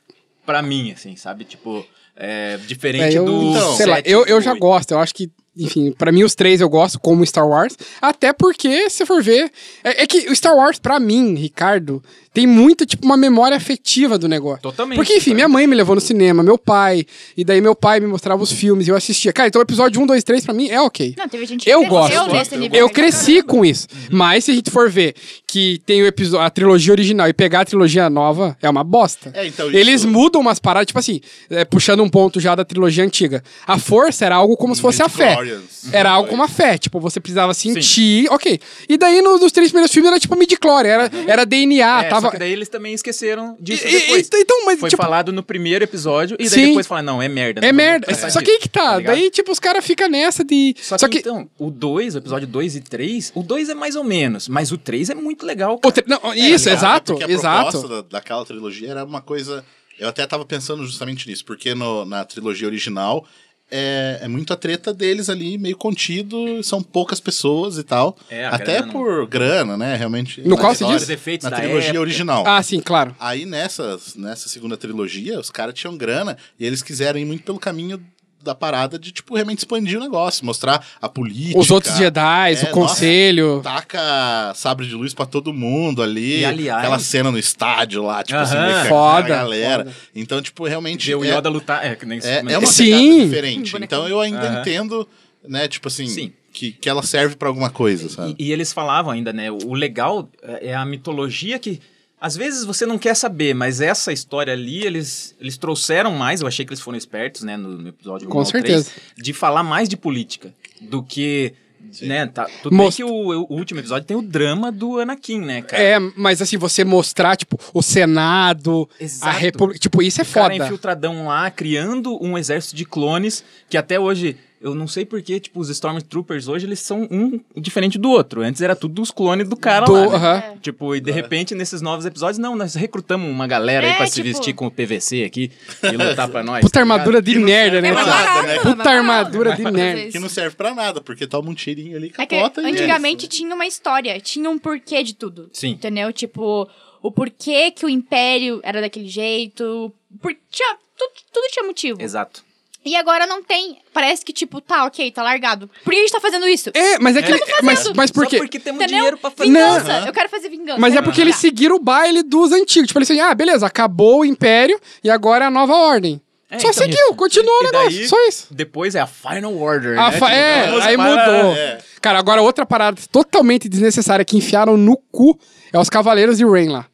pra mim, assim, sabe? Tipo, é, É, diferente eu, do. Então, sei lá, sete, eu, eu do já oito. gosto. Eu acho que, enfim, pra mim os três eu gosto, como Star Wars. Até porque, se for ver. É, é que o Star Wars, pra mim, Ricardo, tem muito, tipo, uma memória afetiva do negócio. Totalmente. Porque, enfim, minha mãe me levou no cinema, meu pai. E daí meu pai me mostrava os filmes e eu assistia. Cara, então o episódio 1, 2, 3 pra mim é ok. Não, teve gente que Eu cresceu gosto. nesse Eu nível. Eu cresci com isso. Mas se a gente for ver que tem o episo- a trilogia original e pegar a trilogia nova, é uma bosta. É, então isso- Eles mudam umas paradas, tipo assim, é, puxando um ponto já da trilogia antiga. A força era algo como se fosse a fé. Mandalorians. Era algo com uma fé, tipo, você precisava sentir, ok. E daí no- nos três primeiros filmes era tipo midichlorian, era, era DNA, é, Ah, tava... só que daí eles também esqueceram E- disso e- depois. e- então, mas Foi tipo, falado no primeiro episódio e daí Sim. depois falaram, não, é merda. é não vamos merda. passar Só que disso, aí que tá, ligado? daí tipo os caras ficam nessa de... Só, que, então, o 2, o episódio 2 e 3, o 2 é mais ou menos, mas o 3 é muito legal, o cara. tre- não, isso, É, exato, porque a proposta exato. da- daquela trilogia era uma coisa. Eu até tava pensando justamente nisso, porque no- na trilogia original é, é muito a treta deles ali, meio contido, são poucas pessoas e tal. É, a até grana. por grana, né? Realmente. No na qual se história, diz? Defeitos Na da trilogia época. original. Ah, sim, claro. Aí nessa, nessa segunda trilogia, os caras tinham grana e eles quiseram ir muito pelo caminho da parada de, tipo, realmente expandir o negócio, mostrar a política. Os outros Jedi, É, o conselho... tá Taca sabre de luz pra todo mundo ali. E, aliás- aquela cena no estádio lá, tipo assim, Aham. meio que a- Foda, a galera. Então, tipo, realmente. Ver o é- Yoda lutar. É, que nem é, mas- é uma Sim. pegada diferente. Bonecão. Então eu ainda Aham. entendo, né, tipo assim, Sim. Que, que ela serve pra alguma coisa, sabe? E, e eles falavam ainda, né? O legal é é a mitologia que. Às vezes você não quer saber, mas essa história ali, eles, eles trouxeram mais, eu achei que eles foram espertos, né, no, no episódio 1 Com ao certeza. 3, de falar mais de política do que, né, tá, tudo Most- bem que o, o último episódio tem o drama do Anakin, né, cara? É, mas assim, você mostrar, tipo, o Senado, a Exato. República. Tipo, isso é O cara é foda. infiltradão lá, criando um exército de clones, que até hoje, eu não sei porquê, tipo, os Stormtroopers hoje, eles são um diferente do outro. Antes era tudo dos clones do cara Do- lá, né? aham. Tipo, e de repente, nesses novos episódios, não, nós recrutamos uma galera aí É, pra se tipo- vestir com o PVC aqui e lutar pra nós. Puta tá ligado? armadura de merda, né? É mais cara? barato, né? Puta armadura de merda. Que não serve pra nada, porque toma um tirinho ali, É que capota e. antigamente tinha uma história, tinha um porquê de tudo. Sim. Entendeu? Tipo, o porquê que o império era daquele jeito. Por... Tinha, tudo, tudo tinha motivo. Exato. E agora não tem. Parece que, tipo, tá, ok, tá largado. Por que a gente tá fazendo isso? É, mas é que. Mas, mas por Só quê? porque temos Entendeu? dinheiro pra fazer. vingança. Não. Eu quero fazer vingança. Mas é eu porque quero eles seguiram o baile dos antigos. Tipo, eles assim, ah, beleza, acabou o império e agora é a nova ordem. É, só então, seguiu, continuou o E negócio. daí- só isso. Depois é a Final Order, A né? fa- Tipo, é, vamos aí para- mudou. é. Cara, agora outra parada totalmente desnecessária que enfiaram no cu é os Cavaleiros de Rain lá.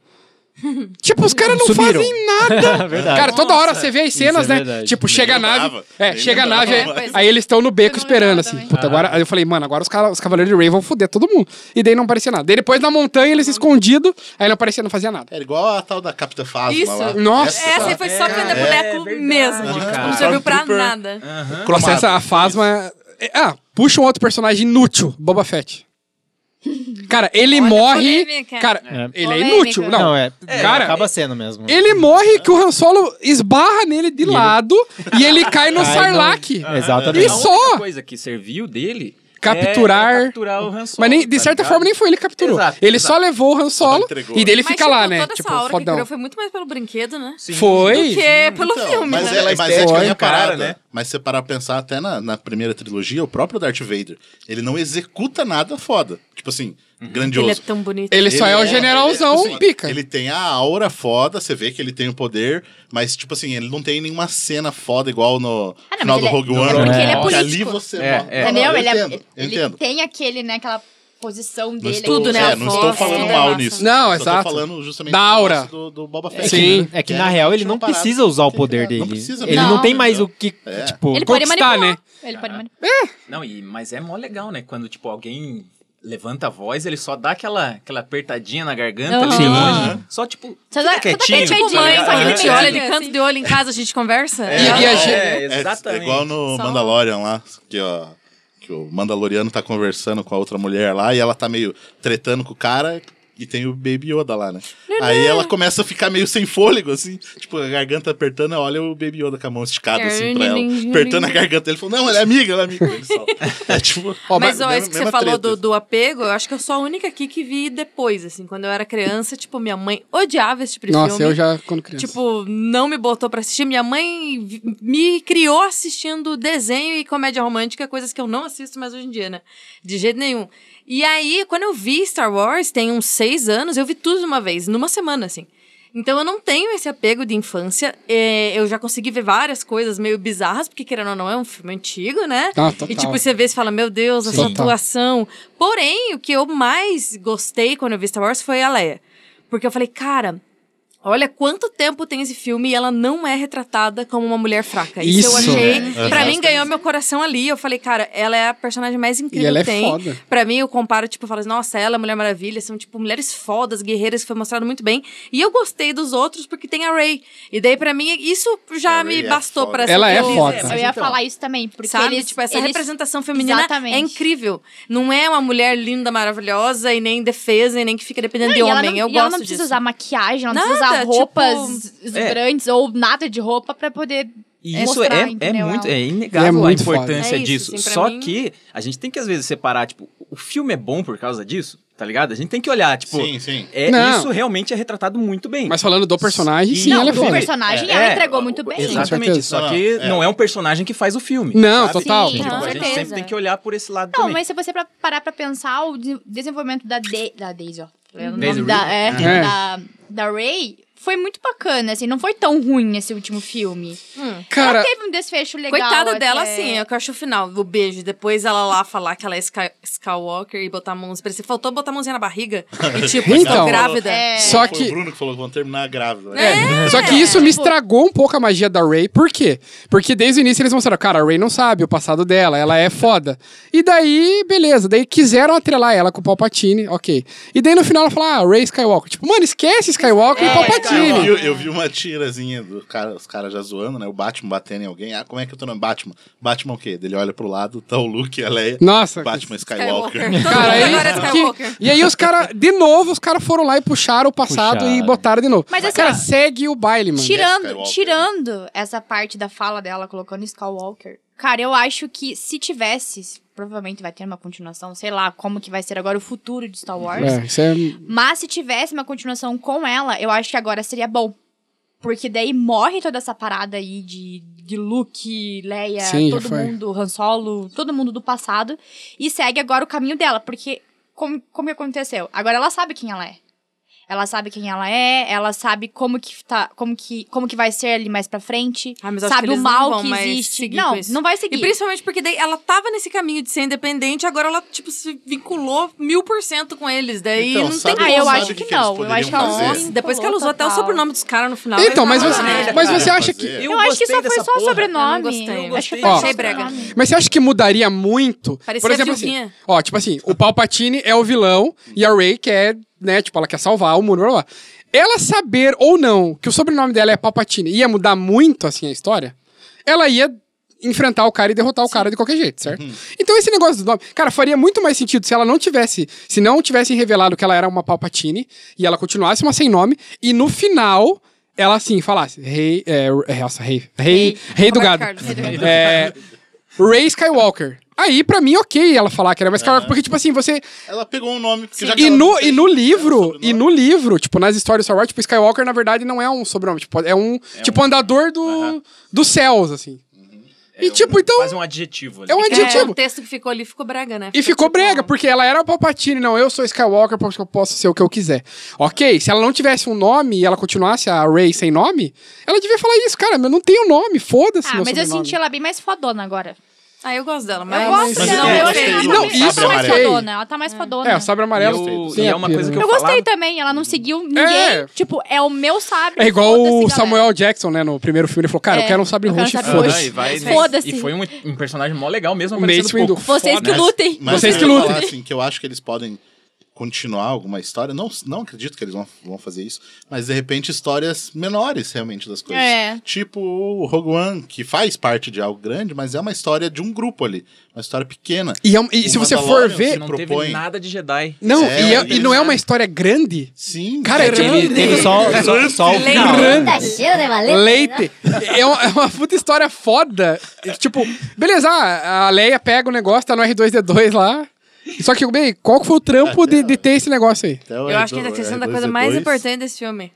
tipo, os caras não Sumiram. fazem nada. Verdade. cara, toda hora Nossa. você vê as Isso cenas, é né? verdade. Tipo, chega a nave. lembrava. É, Nem chega a nave, lembrava. aí, aí eles estão no beco Eu não lembrava esperando, assim. também. Puta, agora. Aí eu falei, mano, agora os, cara, os Cavaleiros de Rain vão foder todo mundo. E daí não aparecia nada. Daí depois na montanha, eles escondidos, aí não aparecia, não fazia nada. Era É igual a tal da Capitã Phasma Isso. lá. Nossa. Essa aí foi É, só vender é boneco verdade, É. mesmo. cara. Não serviu pra Stormtrooper. nada. Aham. Processa Tomado. a Fasma. É, Ah, puxa um outro personagem inútil, Boba Fett. Cara, ele Olha, morre. polêmica. Cara, É. ele é Polêmica. inútil. Não, Não, é. Cara, acaba sendo mesmo. ele morre que o Han Solo esbarra nele de lado e ele cai no Cai no- Sarlacc. É, Exatamente. E A só- única é coisa que serviu dele é Capturar- capturar o Han Solo, Mas nem, de tá certa ligado? forma nem foi ele que capturou. Exato, ele exato. só levou o Han Solo entregou. e dele Mas, fica tipo, lá, né? Toda Tipo, essa aura que fodão. criou foi muito mais pelo brinquedo, né? Sim. Foi? Porque pelo filme, mas né? é, Mas mas é que foi, nem a cara, parada, né? né? Mas se você parar pra pensar até na, na primeira trilogia, o próprio Darth Vader, ele não executa nada foda. Tipo assim, Uhum. grandioso. Ele é tão bonito. Ele só é o ele generalzão tipo assim, pica. Ele tem a aura foda, você vê que ele tem o poder, mas, tipo assim, ele não tem nenhuma cena foda igual no não, final mas do ele é- Rogue One. porque né? ele é Que ali político. você. É, Não, não, é. Entendeu? eu Ele, entendo, é, eu ele entendo. tem aquele, né, aquela posição Não dele. estou, Tudo, né? é, A não força, estou falando né? mal Massa. nisso. Não, Só exato. Tô falando justamente Da do aura. negócio Do, do Boba Fett. né? Sim. É que na real ele não Parada. precisa usar o poder dele. Não precisa ele não mesmo. tem Não, mais o entendeu? que, um É. tipo, Ele pode conquistar, manipular. né? Ele pode manipular. Não, e, mas é mó legal, né? Quando, tipo, alguém levanta a voz, ele só dá aquela, aquela apertadinha na garganta ali de Aham. longe. Só, tipo, Só fica dá- só dá quietinho. aquele Tipo, mãe, Aham. só que ele te Aham. olha de canto de olho em casa, a gente conversa. E- e a gente- É, É, exatamente. É igual no Só- Mandalorian lá, que, ó, que o Mandaloriano tá conversando com a outra mulher lá e ela tá meio tretando com o cara e tem o Baby Yoda lá, né? Aí ela começa a ficar meio sem fôlego, assim, tipo, a garganta apertando, olha o Baby Yoda com a mão esticada, assim, pra ela, apertando a garganta. Ele falou, não, ela é amiga, ela é amiga. Ele solta. É tipo... Ó, mas ó, mesma- isso que você mesma falou treta. do, do apego, eu acho que eu sou a única aqui que vi depois, assim. Quando eu era criança, tipo, minha mãe odiava esse tipo de Nossa, filme. eu já quando criança. Tipo, não me botou pra assistir. Minha mãe vi- me criou assistindo desenho e comédia romântica, coisas que eu não assisto mais hoje em dia, né? De jeito nenhum. E aí, quando eu vi Star Wars, tem uns seis anos, eu vi tudo de uma vez, numa semana, assim. Então eu não tenho esse apego de infância. É, eu já consegui ver várias coisas meio bizarras, porque querendo ou não, é um filme antigo, né? Ah, total. E tipo, você vê e fala, meu Deus, essa Total. atuação. Porém, o que eu mais gostei quando eu vi Star Wars foi a Leia. Porque eu falei, cara, Olha quanto tempo tem esse filme e ela não é retratada como uma mulher fraca. eu Isso. achei. É. Pra Uhum. mim, ganhou meu coração ali. Eu falei, cara, ela é a personagem mais incrível E ela é que tem. foda. Pra mim, eu comparo, tipo, eu falo assim, nossa, ela, é Mulher Maravilha, são, tipo, mulheres fodas, guerreiras, que foi mostrado muito bem. E eu gostei dos outros porque tem a Ray. E daí, pra mim, isso já A Ray me é bastou foda. pra Ela é feliz. foda. Eu ia falar isso também, porque então, Sabe? eles, tipo, essa eles- representação feminina Exatamente. é incrível. Não é uma mulher linda, maravilhosa, e nem defesa, e nem que fica dependendo Não, de e ela homem. não, eu e gosto ela não precisa disso. usar maquiagem, ela não Nada, precisa usar tipo, roupas exuberantes ou nada de roupa pra poder E isso mostrar, é, é entendeu? muito, Ela- é inegável É muito a importância foda. É isso, disso. assim, pra Só mim- que a gente tem que às vezes separar, tipo, o filme é bom por causa disso, tá ligado? A gente tem que olhar, tipo, Sim, sim. é Não. isso realmente é retratado muito bem. Mas falando do personagem, sim, Não, ela é do foda. personagem, ela entregou muito bem. Com Exatamente, certeza. só Não, que é. não é um personagem que faz o filme. Não, sabe? total. Sim, Tipo, com a gente certeza. sempre tem que olhar por esse lado Não, também. mas se você pra- parar pra pensar, o de- desenvolvimento da, de da Daisy, ó. É o nome Daisy da, é, É. da, da Ray foi muito bacana, assim. Não foi tão ruim esse último filme. Cara, ela teve um desfecho legal. Coitada até. dela, assim, é o que eu acho o final, o beijo. Depois ela lá falar que ela é Sky- Skywalker e botar a mãozinha. Parecia, faltou botar a mãozinha na barriga. E tipo, Então. estou grávida. É. Foi só o que. Bruno que falou que vão terminar grávida. né? É, só que isso me estragou um pouco a magia da Ray. Por quê? Porque desde o início eles mostraram, cara, a Ray não sabe o passado dela, ela é foda. E daí, beleza, daí quiseram atrelar ela com o Palpatine, ok. E daí no final ela fala, ah, Ray Skywalker. Tipo, mano, esquece Skywalker e Palpatine. Eu vi, eu vi uma tirazinha do cara, os caras já zoando, né? O Batman batendo em alguém. Ah, como é que eu tô no Batman? Batman o quê? Ele olha pro lado, tá o Luke, ela é Nossa. Batman Skywalker. Skywalker. Todo Cara, mundo aí, agora é que- Skywalker. e aí os caras, de novo, os caras foram lá e puxaram o passado e Puxaram. botaram de novo. Mas assim, cara, ó, segue o baile, mano. Tirando, Skywalker. tirando essa parte da fala dela, colocando Skywalker, cara, eu acho que se tivesse, provavelmente vai ter uma continuação, sei lá, como que vai ser agora o futuro de Star Wars. É, isso é... Mas se tivesse uma continuação com ela, eu acho que agora seria bom. Porque daí morre toda essa parada aí de, de Luke, Leia, Sim, já todo foi. mundo, Han Solo, todo mundo do passado. E segue agora o caminho dela. Porque como, como que aconteceu? Agora ela sabe quem ela é. Ela sabe quem ela é, ela sabe como que, tá, como que, como que vai ser ali mais pra frente. Ah, mas acho sabe que o eles não mal vão que mais existe. seguir Não, com isso. não vai E seguir. principalmente porque daí ela tava nesse caminho de ser independente, agora ela, tipo, se vinculou mil por cento com eles. Daí Então, não tem sabe- como. Ah, eu Sabe acho o que que, que eles não. Eu poderiam acho que ela fazer? não- Depois que ela usou até o total. sobrenome dos caras no final. Então, eu mas tava, você, né? mas você Cara, acha que... fazer. Eu, acho que só gostei foi dessa só o porra. sobrenome. Eu não Acho gostei. que Eu foi gostei. só o Achei brega. sobrenome. Mas você acha que mudaria muito? Parecia Por exemplo, Vilguinha. assim, ó, tipo assim, o Palpatine é o vilão e a Rey quer, né, tipo, ela quer salvar o mundo, blá, blá, blá. Ela saber ou não que o sobrenome dela é Palpatine ia mudar muito, assim, a história, ela ia enfrentar o cara e derrotar o cara de qualquer jeito, certo? Então esse negócio do nome, cara, faria muito mais sentido se ela não tivesse, se não tivessem revelado que ela era uma Palpatine e ela continuasse uma sem nome e no final ela assim falasse, rei, é, é, nossa, rei, rei, rei do Roberto gado. Carlos. Rei né? do gado. É, Ray Skywalker. Aí, pra mim, ok ela falar que era mais Skywalker, porque, tipo assim, você. Ela pegou um nome. Porque já que E ela não no, tem- e no livro, sobrenome. e no livro, tipo, nas histórias do Star Wars, tipo, Skywalker, na verdade, não é um sobrenome, tipo, é um. tipo, andador do, dos céus, assim. Uhum. e, É, tipo, então. Faz um adjetivo ali. É um É, adjetivo. o texto que ficou ali ficou brega, né? E ficou brega, porque ela era o Palpatine, não, eu sou Skywalker porque eu posso ser o que eu quiser. Ok, se ela não tivesse um nome e ela continuasse a Rey sem nome, ela devia falar isso, cara, eu não tenho nome, foda-se Ah, meu mas eu sobrenome. senti ela bem mais fodona agora. Ah, eu gosto dela, mas. Eu gosto mas dela. eu Eu gostei achei ela do tá- Não, ela isso tá mais eu achei. fodona. Ela tá mais fodona. É, o sabre amarelo. Eu- sem e é a uma pira, coisa né? que Eu gostei falava- também. Ela não seguiu ninguém. É. Tipo, é o meu sabre. É igual o foda-se, Samuel galera. Jackson, né? No primeiro filme, ele falou: Cara, É, eu quero um sabre eu quero roxo e um sabre foda-se. roxo. e vai- Foda-se. E foi um, um personagem mó legal mesmo, O Mace aparecendo um Windu. pouco. Vocês que Foda-se. lutem. Mas Vocês eu que ia lutem. falar, assim, que eu acho que eles podem continuar alguma história. Não, não acredito que eles vão, vão fazer isso. Mas, de repente, histórias menores, realmente, das coisas. É. Tipo o Rogue One, que faz parte de algo grande, mas é uma história de um grupo ali. Uma história pequena. E, é um- e O se você for Mandalorian, ver. se Não propõe. teve nada de Jedi. Não, É, e, é- não teve e não é nada. uma história grande. Sim. Cara, é é Teve, teve só, só, só o um final. né, Leite. É uma, é uma puta história foda. É, Tipo, beleza, ah, a Leia pega o negócio, tá no R2D2 lá. Só que, bem, qual que foi o trampo de, de ter esse negócio aí? Então, Eu é acho que do- ele tá esquecendo é da dois coisa e mais dois. importante desse filme.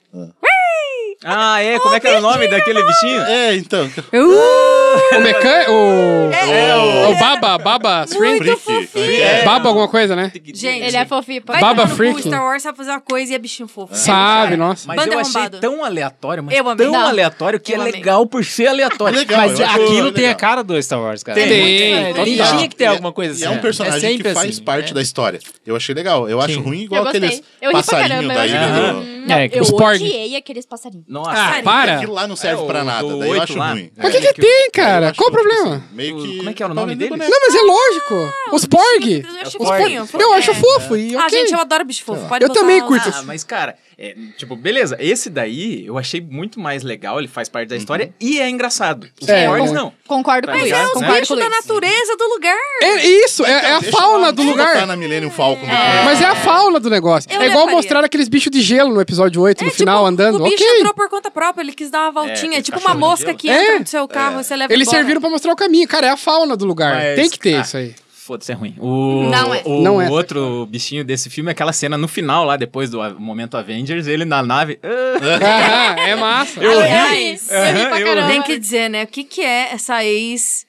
Ah, é? Como é que era o nome daquele bichinho? É, então. Uh! O mecan... O... É, o... Baba, Baba String? Muito Freak, fofinho. Baba alguma coisa, né? Gente, Ele é fofinho. pô. vai Baba tomar no cu, Freak. Star Wars sabe fazer uma coisa e é bichinho fofo. É, Sabe, nossa. Mas Banda eu achei arrombado. tão aleatório, mas Eu amei. tão Não. aleatório que Eu é amei. legal por ser aleatório. Legal, Mas eu acho aquilo é legal. tem a cara do Star Wars, cara. Tem, É, total. tem- Tinha que ter alguma coisa E assim. é um personagem que sempre faz assim, parte é. da história. Eu achei legal. Eu acho ruim igual Eu gostei. aqueles Eu ri pra passarinhos caramba, da eu ilha achei do... legal. É, Eu os porg. odiei aqueles passarinhos. Nossa. Ah, para. Aquilo lá não serve É, pra o nada, do daí eu oito acho lá. ruim. Mas o que, que É tem, cara? acho, Qual o tipo problema? assim, meio O- que... como é que era o pra nome vender dele? boneco. Não, mas é lógico. Os porg. Eu Os achei porg. fofinho. Eu é, acho É. fofo e Ah, ok. Tá. gente, eu adoro bicho fofo. Pode Eu botar um também lá. curto. Ah, mas cara, é, tipo, beleza, esse daí eu achei muito mais legal, ele faz parte da história e é engraçado. Os É, Borgs é. não. Concordo com Mas Mas isso. é Obrigado, os né? Concordo bichos com da isso. natureza do lugar. É isso, é, é a Então, Deixa fauna lá, do deixa botar lugar. na Millennium Falcon. Mas é a fauna do negócio. Eu é igual levaria. mostrar aqueles bichos de gelo no episódio 8, no É, final, tipo, andando. O bicho ok. entrou por conta própria, ele quis dar uma voltinha. aquele É, tipo uma cachorro de mosca gelo. que É. entra no seu carro, você leva Eles embora. serviram pra mostrar o caminho. Cara, é a fauna do lugar. Mas, Tem que ter ah, isso aí. Foda-se, é ruim. O, Não é. o Não é. outro bichinho desse filme é aquela cena no final, lá depois do a- momento Avengers, ele na nave. ah, Aham, é massa. Eu- Aliás, Ah, é Eu ri pra eu- caramba. tem que dizer, né? O que que é essa ex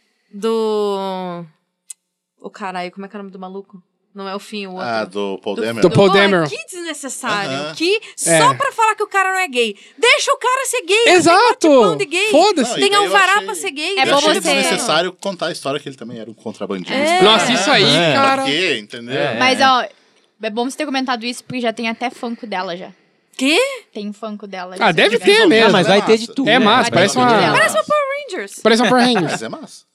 do... O caralho, como é que é o nome do maluco? Não é o fim, o outro. Ah, do Paul Do Demeron. Paul Pô, é Dameron. Que desnecessário. Aham. Que só pra falar que o cara não é gay. Deixa o cara ser gay. Exato! Tem tipo de gay. Não, Foda-se. e Tem daí eu alvará achei- pra ser gay. É deixa eu bom achei ele você- ser. desnecessário contar a história que ele também era um contrabandista. É. Nossa, isso aí, É. cara. Pra quê? Entendeu? É. Mas, ó, é bom você ter comentado isso, porque já tem até funko dela já. Quê? Tem funko dela. Ah, deve Tivemos- ter Ah, mesmo. mas É vai massa. ter de tudo. É né? massa, Vai parece ter uma. de tudo. Parece uma Power Rangers. Parece uma Power Rangers. é Mas é massa.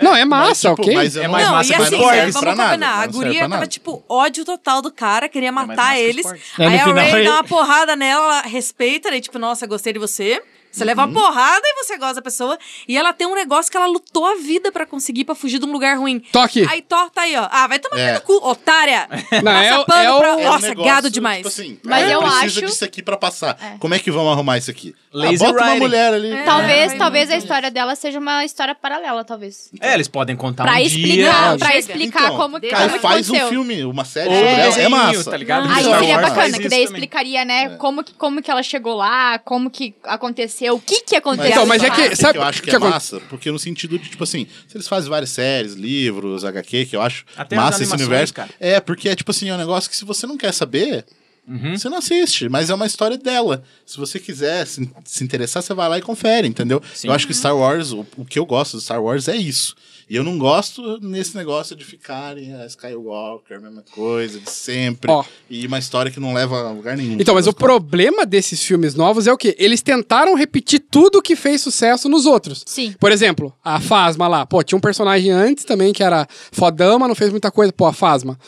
Não, é massa, Mas, tipo, ok? mas eu É não- mais não, massa e que os assim, porgs. vamos Não serve pra combinar. nada, a não serve pra guria tava, nada. É tipo, ódio total do cara, queria mais matar massa que os eles. porgs. É, no Aí a final Ray ele- dá uma porrada nela, ela respeita, né? Tipo, nossa, gostei de você. Você leva Uhum. uma porrada e você gosta da pessoa. E ela tem um negócio que ela lutou a vida pra conseguir, pra fugir de um lugar ruim. Toque. Aí torta aí, ó. Ah, vai tomar É. no cu, otária. Não, Passa é o- pano é o- pra... É um Nossa, negócio, gado demais. Tipo assim, Mas ah, eu precisa acho- disso aqui pra passar. Como é que vamos arrumar isso aqui? Ah, Lazy bota uma writing. mulher ali. Talvez, É. talvez a história dela seja uma história paralela, talvez. é, eles podem Tá contar Pra um explicar, dia. Não, pra chega. explicar Então, como, Cara, como que faz um aconteceu. filme, uma série Ou sobre ela. É desenho, massa. tá ligado? Ah, Aí Star seria Wars É. bacana, faz que daí isso também. explicaria, né, como, que, como que ela chegou lá, como que aconteceu, o que que aconteceu. Então, mas é que- o sabe eu acho que, o que é acon- massa? Porque no sentido de, tipo assim, se eles fazem várias séries, livros, HQ, que eu acho Até as massa esse animações, universo. cara. É, porque é tipo assim, é um negócio que se você não quer saber, Uhum. você não assiste, mas é uma história dela. Se você quiser se, se interessar, você vai lá e confere, entendeu? Sim. Eu acho que Star Wars, o, o que eu gosto do Star Wars é isso. E eu não gosto nesse negócio de ficarem a Skywalker, a mesma coisa, de sempre. Ó. E uma história que não leva a lugar nenhum. Então, mas o problema desses filmes novos é o quê? Eles tentaram repetir tudo que fez sucesso nos outros. Sim. Por exemplo, a Fasma lá. Pô, tinha um personagem antes também que era fodama, não fez muita coisa. Pô, a Fasma.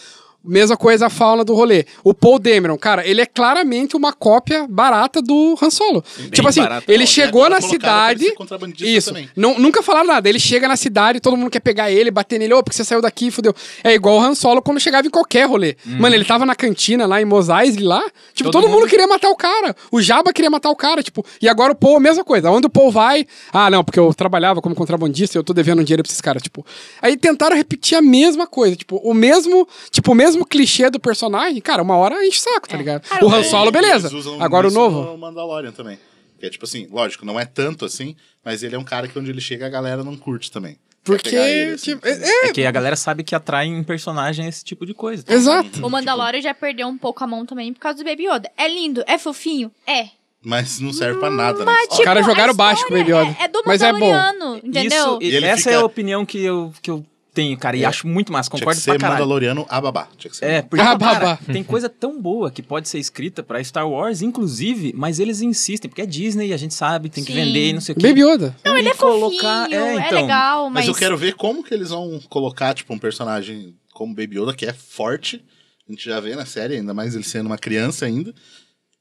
Mesma coisa a fauna do rolê. O Paul Dameron, cara, ele é claramente uma cópia barata do Han Solo. tipo assim, barata. ele Bom, chegou agora na colocaram pra ele cidade. ser contrabandista Isso. também. Nu- nunca falaram nada. Ele chega na cidade, todo mundo quer pegar ele, bater nele, ô, porque você saiu daqui, fudeu. É igual o Han Solo quando chegava em qualquer rolê. Uhum. Mano, ele tava na cantina lá em Mos Eisley lá, tipo, todo, Todo mundo... mundo- queria matar o cara. O Jabba queria matar o cara, tipo, e agora o Paul, a mesma coisa. Onde o Paul vai? Ah, não, porque eu trabalhava como contrabandista e eu tô devendo um dinheiro pra esses caras, tipo. Aí tentaram repetir a mesma coisa, tipo, o mesmo, tipo, o mesmo clichê do personagem, cara, uma hora enche o saco, tá ligado? o Han É, Solo, e beleza. eles usam Agora o isso novo. no Mandalorian também. Que é tipo assim, lógico, não é tanto assim, mas ele é um cara que onde ele chega a galera não curte também. Quer Porque, pegar ele, assim. tipo, é- é- É que a galera sabe que atrai em personagem esse tipo de coisa. exato. O Mandalorian já perdeu um pouco a mão também por causa do Baby Yoda. É lindo, é fofinho, é. Mas não serve pra nada, né? Os caras Tipo, a jogaram baixo com o Baby história Yoda. É, é do Mas é bom. Mandaloriano, entendeu? Isso, E ele essa fica- É. é a opinião que eu, que eu tenho, cara, e acho muito massa, Tinha que concordo pra ser caralho. Mandaloriano a babá. Tinha que ser. É, porque Ah, cara, babá. tem coisa tão boa que pode ser escrita pra Star Wars, inclusive, mas eles insistem, porque é Disney, a gente sabe, tem que Sim. vender e não Uhum. sei o quê. Baby Yoda. Não, ele é E colocar- fofinho, é, então. legal, mas... mas... eu quero ver como que eles vão colocar, tipo, um personagem como Baby Yoda, que é forte. A gente já vê na série, ainda mais ele sendo uma criança ainda.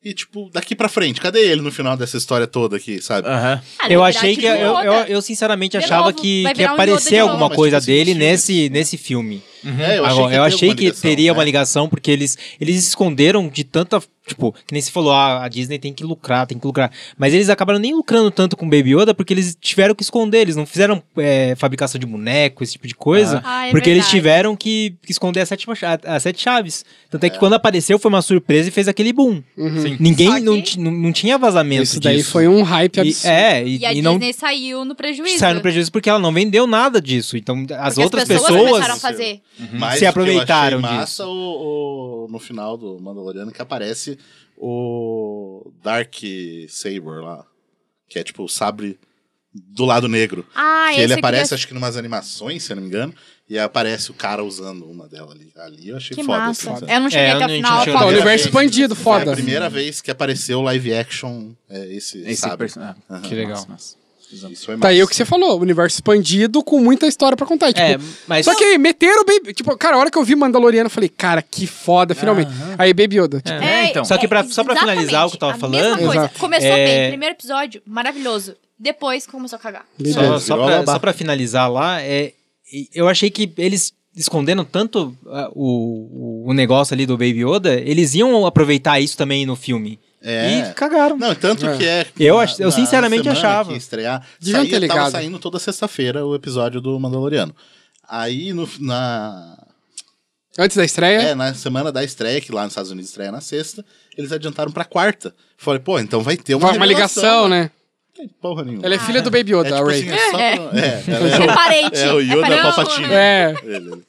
E, tipo, daqui pra frente, cadê ele no final dessa história toda aqui, sabe? Aham. Ah, Eu liberar achei que. é- tipo Eu, um eu, Yoda. eu De sinceramente achava novo, que, vai que ia virar um Yoda de aparecer novo. alguma Mas, coisa tipo, dele sim, nesse, nesse filme. É, eu Agora, ia ter eu achei alguma que ligação, teria né? uma ligação, porque eles, eles esconderam de tanta. Tipo, que nem se falou, ah, a Disney tem que lucrar, tem que lucrar. Mas eles acabaram nem lucrando tanto com Baby Yoda porque eles tiveram que esconder, eles não fizeram é, fabricação de boneco, esse tipo de coisa. Ah, é porque eles verdade. tiveram que, que esconder as sete, macha- as sete chaves. Tanto é que quando apareceu foi uma surpresa e fez aquele boom. Uhum. Sim. Ninguém Só não, que- ti- não, não tinha vazamento Isso daí disso. foi um hype E, absurdo. é, e, E a e não Disney saiu no prejuízo. saiu no prejuízo porque ela não vendeu nada disso. Então, as Porque outras as pessoas, pessoas. começaram a fazer. Mas Se o que eu achei aproveitaram massa o- o- no final do Mandaloriano que aparece o Dark Saber lá, que é tipo o sabre do lado negro. Ah, que esse ele eu aparece, queria- acho que, numas animações, se eu não me engano. E aparece o cara usando uma dela ali. Ali eu achei Que foda. massa. assim, sabe? Eu não cheguei É, eu até o não- final. não eu cheguei Tá, o falo- até universo Foi expandido, Foi É a foda. primeira vez que apareceu live action é, esse, Esse Ah, sabre. personagem. Que legal. Nossa, Isso foi Tá aí massa. o que você falou, universo expandido com muita história pra contar. Tipo, É, mas- Só que aí, meteram o Baby... Tipo, cara, a hora que eu vi Mandaloriano, eu falei, cara, que foda, finalmente. Aí, Baby Yoda. tipo, É, então. Só que pra- só pra exatamente, finalizar o que eu tava a falando- Mesma coisa. Exato. Começou É. bem, primeiro episódio, maravilhoso. Depois começou a cagar. Baby Só, Yoda. só, virou pra, alabá. só pra finalizar lá, é, e- eu achei que eles escondendo tanto ah, o, o- o negócio ali do Baby Yoda, eles iam aproveitar isso também no filme. É. E cagaram. Não, tanto que é. Eu ach- eu sinceramente semana achava. Que estrear, Deviam saía, ter tava ligado. saindo toda sexta-feira o episódio do Mandaloriano. Aí no, na, Antes da estreia, é, na semana da estreia, que lá nos Estados Unidos estreia na sexta, eles adiantaram pra quarta. Falei, pô, então vai ter uma, uma, uma ligação, né? Não tem Porra nenhuma. Ela é filha do Baby Yoda, É, tipo a Rey. assim, é só pra- é, ela é- É parente. é o Yoda parente. Palpatine. É. Ele-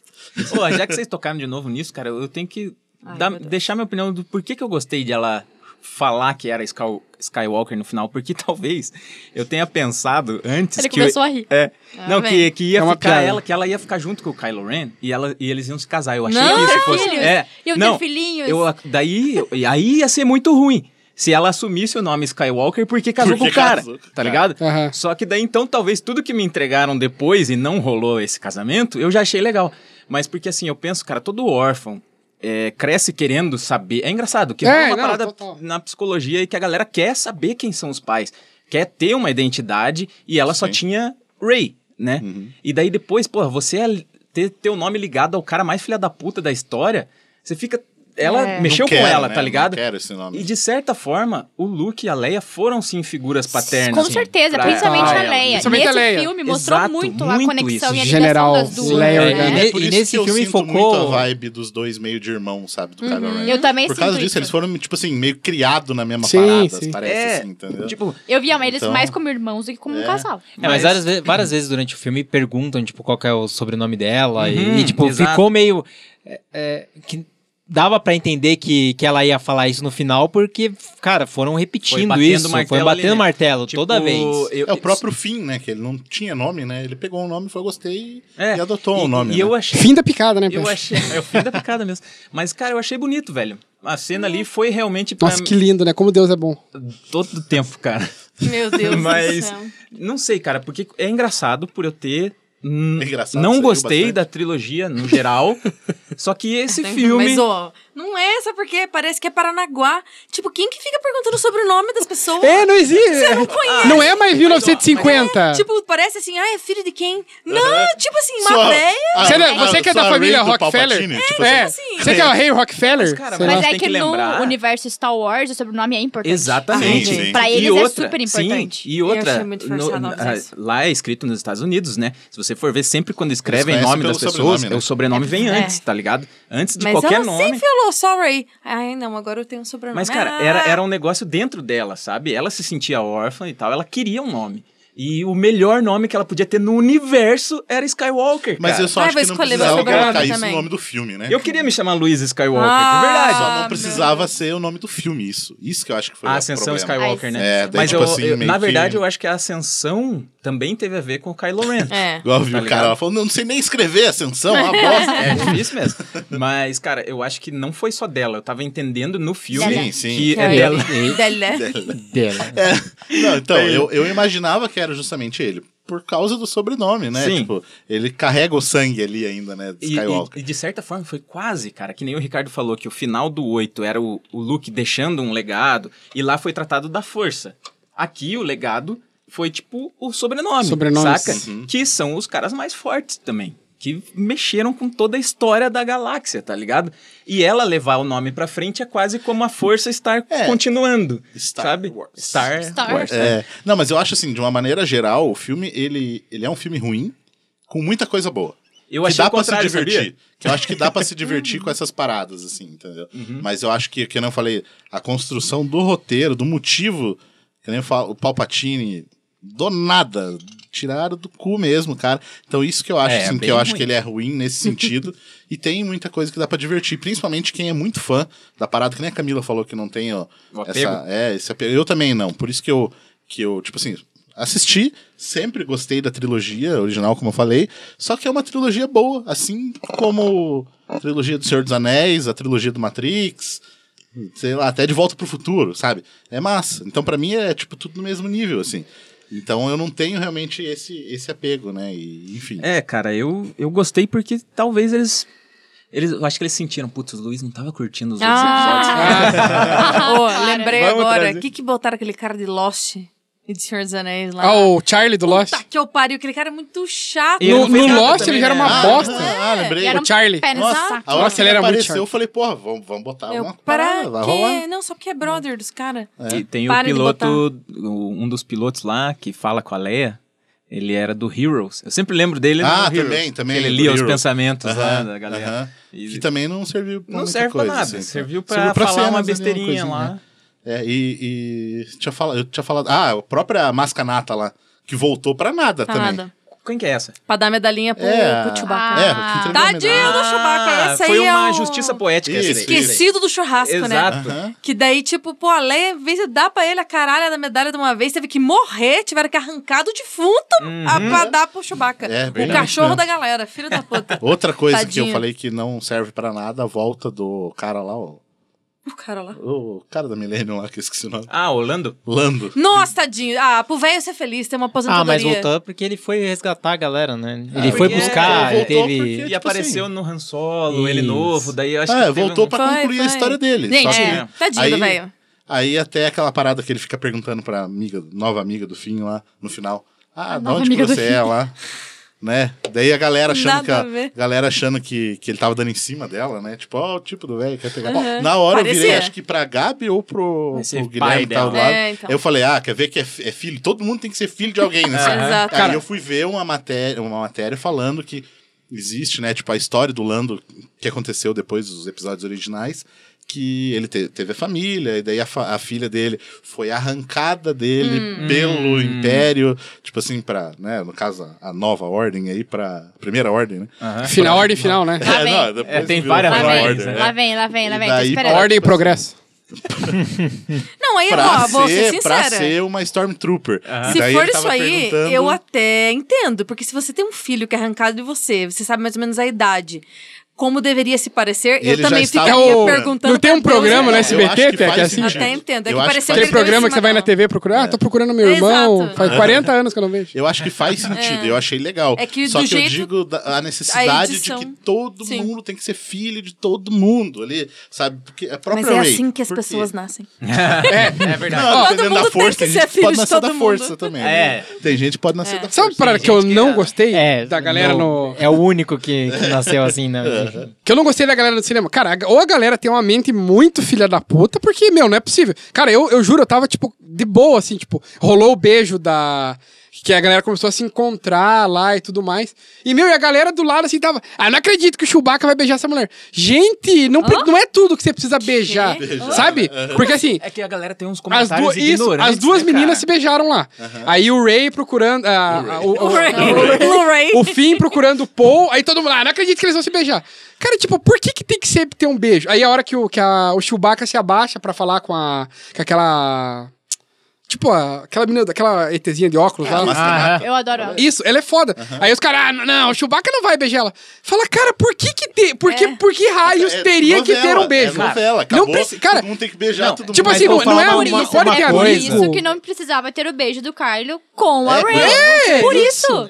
Pô, já que vocês tocaram de novo nisso, cara, eu tenho que Ai, dar- meu Deus. deixar minha opinião do porquê que eu gostei de ela falar que era Sky- Skywalker no final, porque talvez eu tenha pensado antes Ele que... começou a rir. É, não, vem. que, que ia É uma ficar piada. ela, que ela ia ficar junto com o Kylo Ren e, ela, e eles iam se casar. Eu achei Não, que isso ter fosse... filhos. É, Iam ter não, filhinhos. Eu, ac- daí, eu- e aí ia ser muito ruim se ela assumisse o nome Skywalker porque casou Porque com o cara, casou com o tá cara. ligado? Aham. Só que daí, então, talvez tudo que me entregaram depois e não rolou esse casamento, eu já achei legal. Mas porque, assim, eu penso, cara, todo órfão é, cresce querendo saber... É engraçado, que É, é uma não, parada total. na psicologia e que a galera quer saber quem são os pais, quer ter uma identidade e ela só Sim. tinha Ray, né? Uhum. E daí depois, porra, você é ter teu nome ligado ao cara mais filha da puta da história, você fica. Ela É. mexeu Não quero, com ela, né? tá ligado? Não quero esse nome. E de certa forma, o Luke e a Leia foram sim figuras paternas. Com assim, certeza, pra- principalmente pra a ela. Leia. Principalmente a Nesse Leia. filme mostrou Exato, muito, a muito conexão isso. e a ligação General das duas. Leia né? Organa. É, Por e isso nesse que eu filme sinto focou- muito a vibe dos dois meio de irmão, sabe? Do Uhum, Kylo Ren. Eu também Por sinto causa disso, isso. eles foram, tipo assim, meio criado na mesma Sim, parada, sim. parece, É, assim, entendeu? tipo, Eu via eles Então- mais como irmãos do que como um É. casal. É, mas Mas- várias, ve- várias vezes durante o filme perguntam, tipo, qual que é o sobrenome dela. e, Uhum, tipo, exato. ficou meio. é, é, que dava pra entender que, que ela ia falar isso no final, porque, cara, foram repetindo batendo isso. Foi martelo ali, batendo né? martelo toda tipo, vez. eu- É o próprio fim, né? Que ele não tinha nome, né? Ele pegou um nome, foi gostei É, e adotou o um e- nome. E né? eu achei. Fim da picada, né, Eu Pedro? achei. É o fim da picada mesmo. Mas, cara, eu achei bonito, velho. A cena ali foi realmente pra Nossa, que lindo, né? Como Deus é bom. todo o tempo, cara. Meu Deus Mas- do céu. Não sei, cara, porque é engraçado por eu ter. hum, É engraçado, não saiu gostei bastante. da trilogia no geral. só que esse Tem- filme. Mas, ó, não é essa porque parece que é Paranaguá. Tipo, quem que fica perguntando sobre o nome das pessoas? É, não existe. não, é mais 1950. Tipo, parece assim, ah, é filho de quem? Não, tipo assim, Só- uma ideia. Ah, Você, ah, você que é só da a família Rey do Rockefeller? Palpatine, tipo é. assim. Você que é o rei Rockefeller? Mas, cara, Sei mas lá. Mas é tem que, que lembrar- no universo Star Wars o sobrenome é importante. Exatamente. Sim, sim. Pra eles E é outra- super importante. Sim, e Eu outra, achei muito no- forçado, na- mas- lá é escrito nos Estados Unidos, né? Se você for ver, sempre quando escrevem o conhecem nome pelo das pessoas, sobrenome, né? o sobrenome vem É. antes, tá ligado? Antes de Mas qualquer ela nome. sempre falou, sorry. Ai, não, agora eu tenho um sobrenome. Mas, cara, Ah, era, era um negócio dentro dela, sabe? Ela se sentia órfã e tal, ela queria um nome. E o melhor nome que ela podia ter no universo era Skywalker. Mas cara. eu só Ah, acho vou que não escolher precisava meu sobrenome colocar isso também. no nome do filme, né? É Eu queria me chamar Luiz Skywalker, Ah, de verdade. Só não Ah, precisava ser o nome do filme, isso. Isso que eu acho que foi a o ascensão problema. Skywalker, Ai, né? É, daí, Mas tipo eu- assim, eu- meio na que- verdade, eu acho que a ascensão também teve a ver com o Kylo Ren. É. Igual eu vi Tá o cara, ligado? ela falou, não sei nem escrever ascensão, é uma bosta. É difícil mesmo. Mas, cara, eu acho que não foi só dela. Eu tava entendendo no filme Sim, sim. que é Ai, dela. dela. né? Dela. Não, então, eu, eu imaginava que era justamente ele. Por causa do sobrenome, né? Sim. Tipo, ele carrega o sangue ali ainda, né? Do E, Skywalker. e- e de certa forma foi quase, cara, que nem o Ricardo falou que o final do 8 era o, o Luke deixando um legado e lá foi tratado da força. Aqui o legado foi tipo o sobrenome, Sobrenomes. saca? Uhum. Que são os caras mais fortes também, que mexeram com toda a história da galáxia, tá ligado? E ela levar o nome pra frente é quase como a força estar É. continuando, Star sabe? Wars. Star, Star. Wars. né? É, não, mas eu acho assim, de uma maneira geral, o filme, ele, ele é um filme ruim, com muita coisa boa. Eu que achei dá o pra se contrário, divertir. sabia? Que eu acho que dá pra se divertir com essas paradas, assim, entendeu? Uhum. Mas eu acho que, que nem eu falei, a construção do roteiro, do motivo, que nem eu falo, o Palpatine, do nada, tiraram do cu mesmo, cara. Então isso que eu acho, É, assim, que bem eu acho ruim. que ele é ruim nesse sentido. e tem muita coisa que dá pra divertir, principalmente quem é muito fã da parada, que nem a Camila falou que não tem, ó, O apego. essa, é, esse apego. Eu também não. Por isso que eu, que eu tipo assim, assisti, sempre gostei da trilogia original, como eu falei, só que é uma trilogia boa, assim como a trilogia do Senhor dos Anéis, a trilogia do Matrix, sei lá, até de Volta pro Futuro, sabe? É massa. Então pra mim é tipo tudo no mesmo nível, assim. Então eu não tenho realmente esse esse apego, né? E, enfim. É, cara, eu, eu gostei porque talvez eles. Eles, eu acho que eles sentiram, putz, o Luiz não tava curtindo os outros episódios. Ah! Ô, lembrei Vamos agora. trazer. O que que botaram aquele cara de Lost e de Senhor dos Anéis lá? Ah, o Charlie do Lost. Puta que eu pariu. Aquele cara é muito chato. Ele No, não fez no nada Lost também, ele já era né? uma ah, bosta. É, Ah, lembrei. E era um Charlie. pé no Nossa, saco. a hora Nossa, que ele ele era muito apareceu, chato. eu falei, porra, vamos, vamos botar Eu, alguma pra parada, vai quê? rolar. É. Não, só porque é brother dos caras. E tem Parem de o piloto, o- um dos pilotos lá que fala com a Leia. Ele era do Heroes. Eu sempre lembro dele. no Ah, Heroes, também, também, que Ele do lia os Heroes. pensamentos lá Aham, da galera. aham. E- Que também não serviu pra não muita serve pra coisa, nada. assim, então. serviu pra Serviu falar cenas uma ali, besteirinha coisinha, lá. né? É, e, e tinha falado, eu tinha falado. Ah, a própria mascanata lá, que voltou pra nada Pra também. nada. Quem que é essa? Pra dar medalhinha pro, É, pro Chewbacca. Ah, é, o que entregou a Tadinho medalha. do Chewbacca. Essa Ah, foi aí uma é o... justiça poética. Isso, essa daí. isso. Esquecido do churrasco, né? Exato. Aham. Que daí, tipo, pô, a Leia, em vez de dar pra ele a caralha da medalha de uma vez, teve que morrer, tiveram que arrancar do defunto a, pra dar pro Chewbacca. Uhum. É, o verdade. cachorro da galera, filho da puta. Outra coisa que eu Tadinho. falei que não serve pra nada, a volta do cara lá, o, o cara lá. o cara da Millennium lá, que eu esqueci o nome. Ah, Orlando? Lando. Nossa, tadinho. Ah, pro velho ser feliz, ter uma aposentadoria. Ah, mas voltou porque ele foi resgatar a galera, né? Ah, Ele foi porque- buscar, ele ele voltou teve. porque- E É, tipo apareceu no Han Solo, ele Isso. novo, daí eu acho Ah, que. teve voltou um- pra Foi, concluir a foi. história dele. só Gente, que- é. tadinho do Aí- velho. Aí até aquela parada que ele fica perguntando pra amiga, nova amiga do Finn lá, no final. Ah, de nova onde que amiga do você é lá? Né? Daí a galera achando, Nada que, a- a ver. galera achando que, que ele tava dando em cima dela, né? Tipo, ó, o tipo do velho, quer pegar. Aham. Na hora eu virei, Parecia. acho que pra Gabi ou pro, Vai ser pro Guilherme pai que tava do dela. lado. É, então. Eu falei, ah, quer ver que é, fi- é filho? Todo mundo tem que ser filho de alguém, né? Aham. Exato. Aí Cara- eu fui ver uma matéria, uma matéria falando que existe, né? Tipo, a história do Lando que aconteceu depois dos episódios originais. Que ele te- teve a família, e daí a, fa- a filha dele foi arrancada dele Hum. Hum. pelo Império, tipo assim, pra, né, no caso, a nova ordem aí, pra primeira ordem, né? Final, ordem final, né? Lá vem. depois É, tem virou várias Lá Nova vem, ordens, Ordem, lá né? vem, lá vem, lá E vem. Tô daí esperando. Ordem e progresso. Não, aí, ó, Pra, vou ser ser, pra sincera. ser uma Stormtrooper. E Se daí for ele tava isso aí, perguntando- eu até entendo. Porque se você tem um filho que é arrancado de você, você sabe mais ou menos a idade. Como deveria se parecer, E eu ele já também estava ficaria procurando. perguntando. Não tem um pra Deus, programa, né? né, Eu acho SBT, que Pé, faz que é assim? sentido. Até entendo. É Eu que acho pareceu faz Aquele Ele deu em programa que cima você vai dela. na TV procurar. Ah, tô procurando meu irmão. Exato. Faz 40 anos que eu não vejo. Eu acho que faz sentido, eu achei legal. É que Só do que eu jeito- digo da- a necessidade a edição- de que todo Sim. mundo tem que ser filho de todo mundo ali, sabe? Porque a própria Mas é Rey, assim que as por quê? pessoas nascem. É verdade. Não, Todo dependendo da mundo tem força, que tem ser gente que filho pode de nascer todo da força mundo. também. É. né? Tem gente que pode nascer da Sabe força. para que eu não gostei É, da galera não- no. É. É o único que, que nasceu assim, né? Enfim. Que eu não gostei da galera do cinema. Cara, a- ou a galera tem uma mente muito filha da puta, porque, meu, não é possível. Cara, eu, eu juro, eu tava, tipo, de boa, assim, tipo, rolou o beijo da. Que a galera começou a se encontrar lá e tudo mais. E, meu, e a galera do lado, assim, tava. Ah, não acredito que o Chewbacca vai beijar essa mulher. Gente, não, pre- não é tudo que você precisa beijar. Sabe? Porque, assim, É que a galera tem uns As comentários duas, isso, ignorantes. as duas né, cara? meninas se beijaram lá. Aí o Ray procurando. ah, ah, o, O o- Ray. O Ray. o Finn procurando o Paul. Aí todo mundo lá, não acredito que eles vão se beijar. Cara, tipo, por que, que tem que sempre ter um beijo? Aí a hora que o, que a, o Chewbacca se abaixa pra falar com a. com aquela. Tipo, a- aquela menina, aquela ETzinha de óculos lá. né? Ah, Eu adoro ela. Isso, ela é foda. Aí os caras, ah, não, não, o Chewbacca não vai beijar ela. Fala, cara, por que que tem. Por, que, É. por que raios é teria que novela, ter um beijo? É novela, acabou, não precisa. Cara, todo mundo tem que beijar não, todo mundo. tipo Mas assim, vou não, não falar é uma- amigo, não uma- pode uma ter Por coisa. amigo. isso que não precisava ter o beijo do Carlo com a É, Ray. É, Por isso.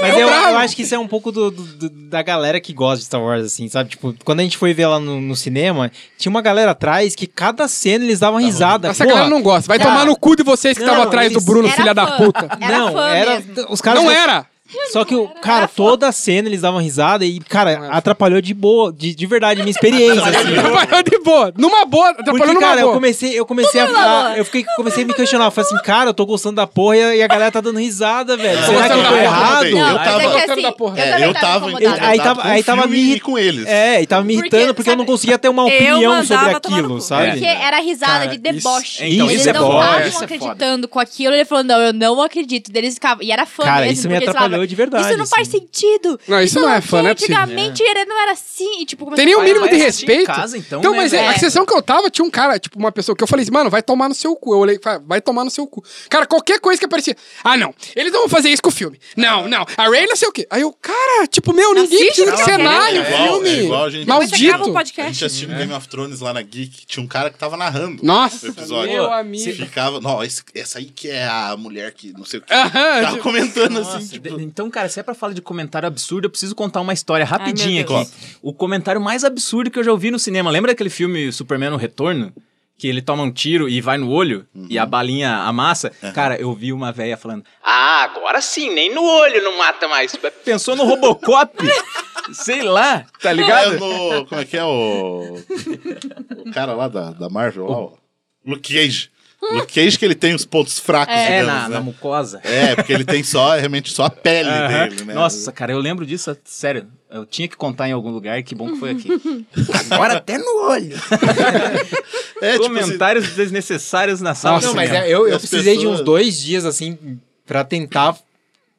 Mas eu, bravo. eu acho que isso é um pouco do, do- do- da galera que gosta de Star Wars, assim, sabe? Tipo, quando a gente foi ver lá no, no cinema, tinha uma galera atrás que cada cena eles davam risada. Tá Essa Porra, galera não gosta. Vai Cara, tomar no cu de vocês que não, estavam atrás eles- do Bruno, Era filha fã. da puta. Era não, fã era, mesmo. os caras não era. Só que, o cara, toda a cena eles davam risada e, cara, atrapalhou de boa, de, de verdade, minha experiência, assim. Atrapalhou de boa. Numa boa, atrapalhou Porque, numa Tá cara, eu boa. Tá comecei, eu comecei a falar, eu fiquei, comecei a me questionar. Eu falei assim, cara, eu tô gostando da porra e a- e a galera tá dando risada, velho. Será que gostando eu tô da porra errado? também. Eu mas tava- é que Gostando da porra. eu É, também eu tava incomodada. Aí tava- com o aí tava filme me- e com eles. É, e tava me Porque, irritando porque, eu sabe, não conseguia ter uma eu opinião sobre mandava tomar no aquilo, cu. sabe? Porque era risada Cara, de deboche. isso- É, então, eles isso é não foda, estavam isso é foda. acreditando com aquilo. Ele falou, não, eu não acredito. Daí Eles ficavam... E era fã Cara, mesmo, isso me porque eles atrapalhou valeu de verdade. Isso não faz assim. sentido. Não, isso não é que fã, não é possível. Antigamente ele não era assim. E, tipo, começou Tem nem a o falar- mínimo de vai assistir em respeito. casa, então, né, mas é, velho? a sessão que eu tava, tinha um cara, tipo, uma pessoa que eu falei assim, mano, vai tomar no seu cu. Eu olhei, e falei, vai tomar no seu cu. Cara, qualquer coisa que aparecia. Ah, não, eles não vão fazer isso com o filme. Não, não, a Ray não sei o quê. Aí eu, cara, tipo, meu, ninguém Assiste, precisa de não, cenário, é igual- filme. é igual a gente- Depois você Maldito. grava um A gente podcast. assistindo Game of Thrones lá na Geek, tinha um cara que tava narrando Nossa, o episódio. meu Pô, amigo. Ficava, não, esse- essa aí que é a mulher que não sei o que. Aham, Tava tipo- comentando assim, Nossa, tipo. de- então, cara, se é pra falar de comentário absurdo, eu preciso contar uma história rapidinha meu Deus. aqui. O comentário mais absurdo que eu já ouvi no cinema. Lembra daquele filme Superman no Retorno? Que ele toma um tiro e vai no olho e Uhum. a balinha amassa? Cara, eu vi uma velha falando: Ah, agora sim, nem no olho não mata mais. Pensou no Robocop? Sei lá, tá É ligado? no- como é que é o. O cara lá da, da Marvel, lá, o Luke Cage. Luke Cage que ele tem os pontos fracos, É, digamos, na, né? na mucosa. É, porque ele tem só, realmente, só a pele Aham. dele, né? Nossa, cara, eu lembro disso, sério. Eu tinha que contar em algum lugar, que bom que foi aqui. Agora até no olho. é, tipo, Comentários desnecessários na sala. Não, de mas cinema. é, eu, eu As precisei de uns pessoas- dois dias, assim, pra tentar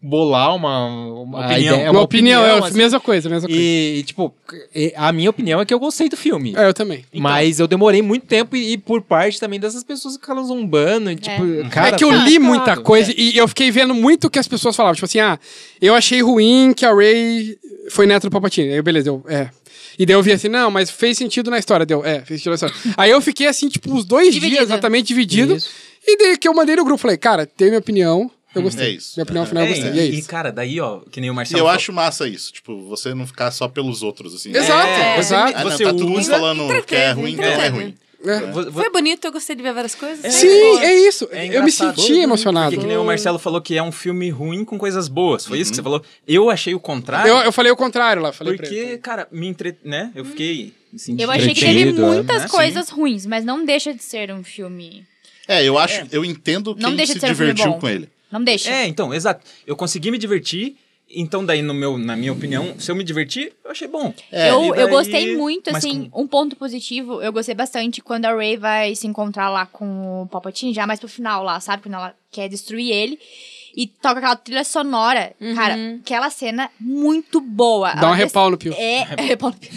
bolar uma, uma Opinião. ideia. Uma opinião, é a assim. mesma coisa, mesma coisa. E, e, tipo, e- a minha opinião é que eu gostei do filme. É, eu também. Mas eu demorei muito tempo e, e por parte também dessas pessoas que ficaram zombando. e, Tipo, cara, é que eu tá li errado. muita coisa e eu fiquei vendo muito o que as pessoas falavam. Tipo assim, ah, eu achei ruim que a Ray foi neta do Palpatine. Aí, beleza, eu, é. E daí eu vi assim, não, mas fez sentido na história. Deu, é, fez sentido na história. Aí eu fiquei assim, tipo, uns dois Dividido. dias exatamente dividido. Isso. E daí que eu mandei no grupo, falei, cara, tem minha opinião, eu gostei. É isso. Minha opinião final eu É, gostei. e, e é e, isso. cara, daí, ó, que nem o E Marcelo. eu falou, acho massa isso, tipo, você não ficar só pelos outros, assim. Exato, É, exato. Ah, não, Você tá todo mundo usa- falando que é entreteve, ruim, então é entreteve. ruim. É. vo- vo- Foi bonito, eu gostei de ver várias coisas. Sim, é isso. é eu me engraçado, senti emocionado. Porque que nem o Marcelo falou que é um filme ruim com coisas boas. Foi isso que você Uhum. falou? Eu achei o contrário. Eu, eu falei o contrário lá, falei pra ele. porque, cara, me entre... né? Eu fiquei... me sentindo Eu achei que teve Entretido, é. muitas Né? coisas ruins, mas não deixa de ser um filme. É, eu acho, eu entendo quem Não deixa se de ser um filme divertiu bom. com ele. Não deixa. É, então, exato. Eu consegui me divertir. Então, daí, no meu, na minha opinião, se eu me divertir, eu achei bom. É, eu, e eu daí- gostei muito, mas assim, um ponto positivo, eu gostei bastante quando a Ray vai se encontrar lá com o Palpatine, já mais pro final lá, sabe? Quando ela quer destruir ele. E toca aquela trilha sonora. Cara, Uhum. aquela cena muito boa. Dá um Ela repau no pio. É, repau no pio.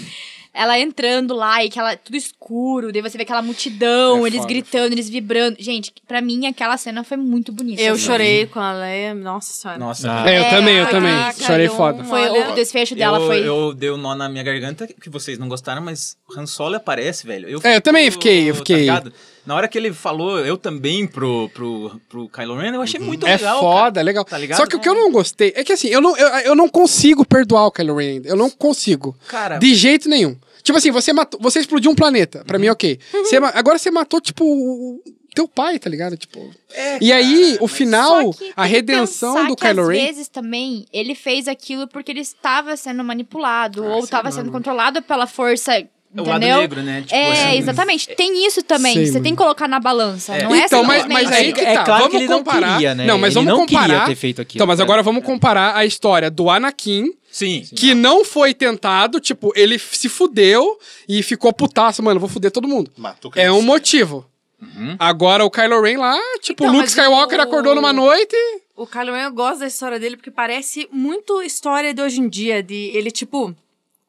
Ela entrando lá e que ela tudo escuro, daí você vê aquela multidão, É eles foda, gritando, eles vibrando. Gente, pra mim aquela cena foi muito bonita. Eu assim. chorei com a Leia, nossa senhora. Nossa, Ah. cara. É, um eu também, eu ah, também. caralho. Chorei foda. Foi Olha. o desfecho dela eu, foi eu dei um nó na minha garganta, que vocês não gostaram, mas Han Solo aparece, velho. Eu, É, eu também fiquei- eu tá fiquei- ligado? na hora que ele falou, eu também pro, pro, pro Kylo Ren, eu achei muito é legal. foda, cara. legal. Tá ligado? Só que o que eu não gostei é que assim, eu não, eu, eu não consigo perdoar o Kylo Ren ainda. Eu não consigo. Cara- De jeito nenhum. Tipo assim, você matou, você explodiu um planeta. Pra mim, Uhum. ok. Você ma- agora você matou, tipo, o o teu pai, tá ligado? Tipo. É, e aí, o final, Só que a tem que redenção pensar do que, Kylo Às Ren. vezes também ele fez aquilo porque ele estava sendo manipulado Ah, ou estava sendo controlado pela força. O Entendeu? lado negro, né? Tipo, é, assim, exatamente. Tem isso também. Sei, Você mano. tem que colocar na balança. É. Não é então, mas, simplesmente- mas aí que É tá. claro que vamos ele não comparar. queria, né? Não, mas Ele vamos não comparar. queria ter feito aquilo, Então, mas né? agora É. vamos comparar a história do Anakin Sim. sim. que não foi tentado, tipo, ele f- se fudeu e ficou putaço, mano, vou fuder todo mundo. Matou É criança. um motivo. Uhum. Agora o Kylo Ren lá, tipo, Então, o Luke mas Skywalker o- acordou numa noite. O Kylo Ren, eu gosto da história dele porque parece muito história de hoje em dia, de ele, tipo,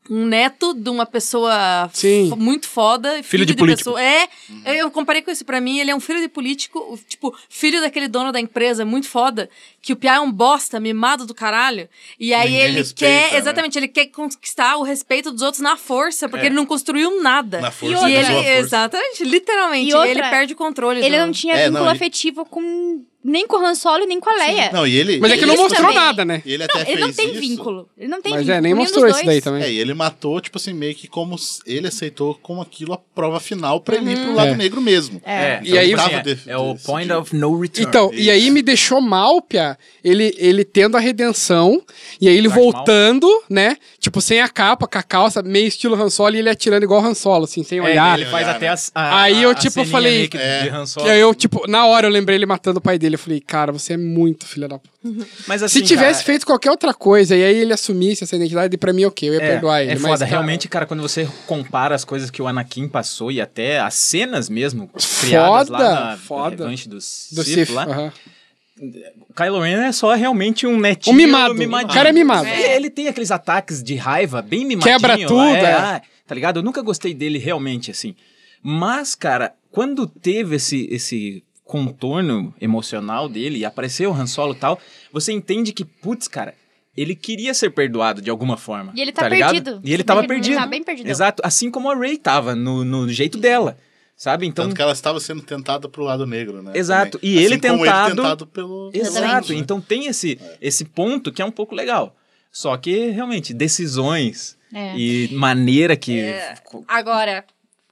um neto de uma pessoa f- Sim. muito foda. Filho, de político. pessoa- É, eu- eu comparei com isso pra mim, ele é um filho de político, o- tipo, filho daquele dono da empresa muito foda, que o Pia é um bosta, mimado do caralho. E aí Ninguém ele respeita, quer, né? exatamente, ele quer conquistar o respeito dos outros na força, porque ele não construiu nada. É. Na força, e ele ele, usou a força. exatamente, literalmente, E outra, ele perde o controle. Ele do- não tinha É, não, vínculo ele- afetivo com nem com o Han Solo e nem com a Leia. Não, e ele. Mas é que não Isso mostrou também. nada, né? Ele até Não, fez ele não tem isso. vínculo. Ele não tem Mas vínculo. é, nem nenhum mostrou dos isso daí dois. também. É, e ele matou, tipo assim, meio que como s- ele aceitou como aquilo a prova final pra ele ir pro lado É. negro mesmo. É, Então E aí- ele tava assim, é- de- é o decidido. point of no return. Então, e aí me deixou mal, Pia, ele, ele tendo a redenção, e aí ele Darth voltando, né? Tipo, sem a capa, com a calça, meio estilo Han Solo, e ele atirando igual Han Solo, assim, sem É, olhar. ele faz Olhar, até né? as, a, Aí eu, a tipo, ceninha falei- meio que É. de Han Solo. E aí eu, tipo, na hora eu lembrei ele matando o pai dele. Eu falei, cara, você é muito filha da puta. Mas assim, Se tivesse cara, feito qualquer outra coisa, e aí ele assumisse essa identidade, pra mim, ok, eu ia é, perdoar ele. É mas, tá. foda, cara, realmente, cara, quando você compara as coisas que o Anakin passou e até as cenas mesmo Foda, criadas lá na foda. revanche dos Do Sith Sif, lá, Kylo Ren é só realmente um netinho. Um mimado. O cara é mimado. Ele, ele tem aqueles ataques de raiva bem mimadinho. Quebra lá, tudo, é, é. ah, tá ligado? Eu nunca gostei dele realmente, assim. Mas, cara, quando teve esse, esse contorno emocional dele e apareceu o Han Solo e tal, você entende que, putz, cara, ele queria ser perdoado de alguma forma. E ele tá ligado? perdido. E ele tava Ele tá perdido. bem perdido. Exato. Assim como a Ray tava, no, no jeito dela. Sabe? Então. Tanto que ela estava sendo tentada pro lado negro, né? Exato. também. E ele Assim como tentado- tentado pelo. Exato. Então tem esse, esse ponto que é um pouco legal. Só que, realmente, decisões É. e maneira que. É. co- Agora,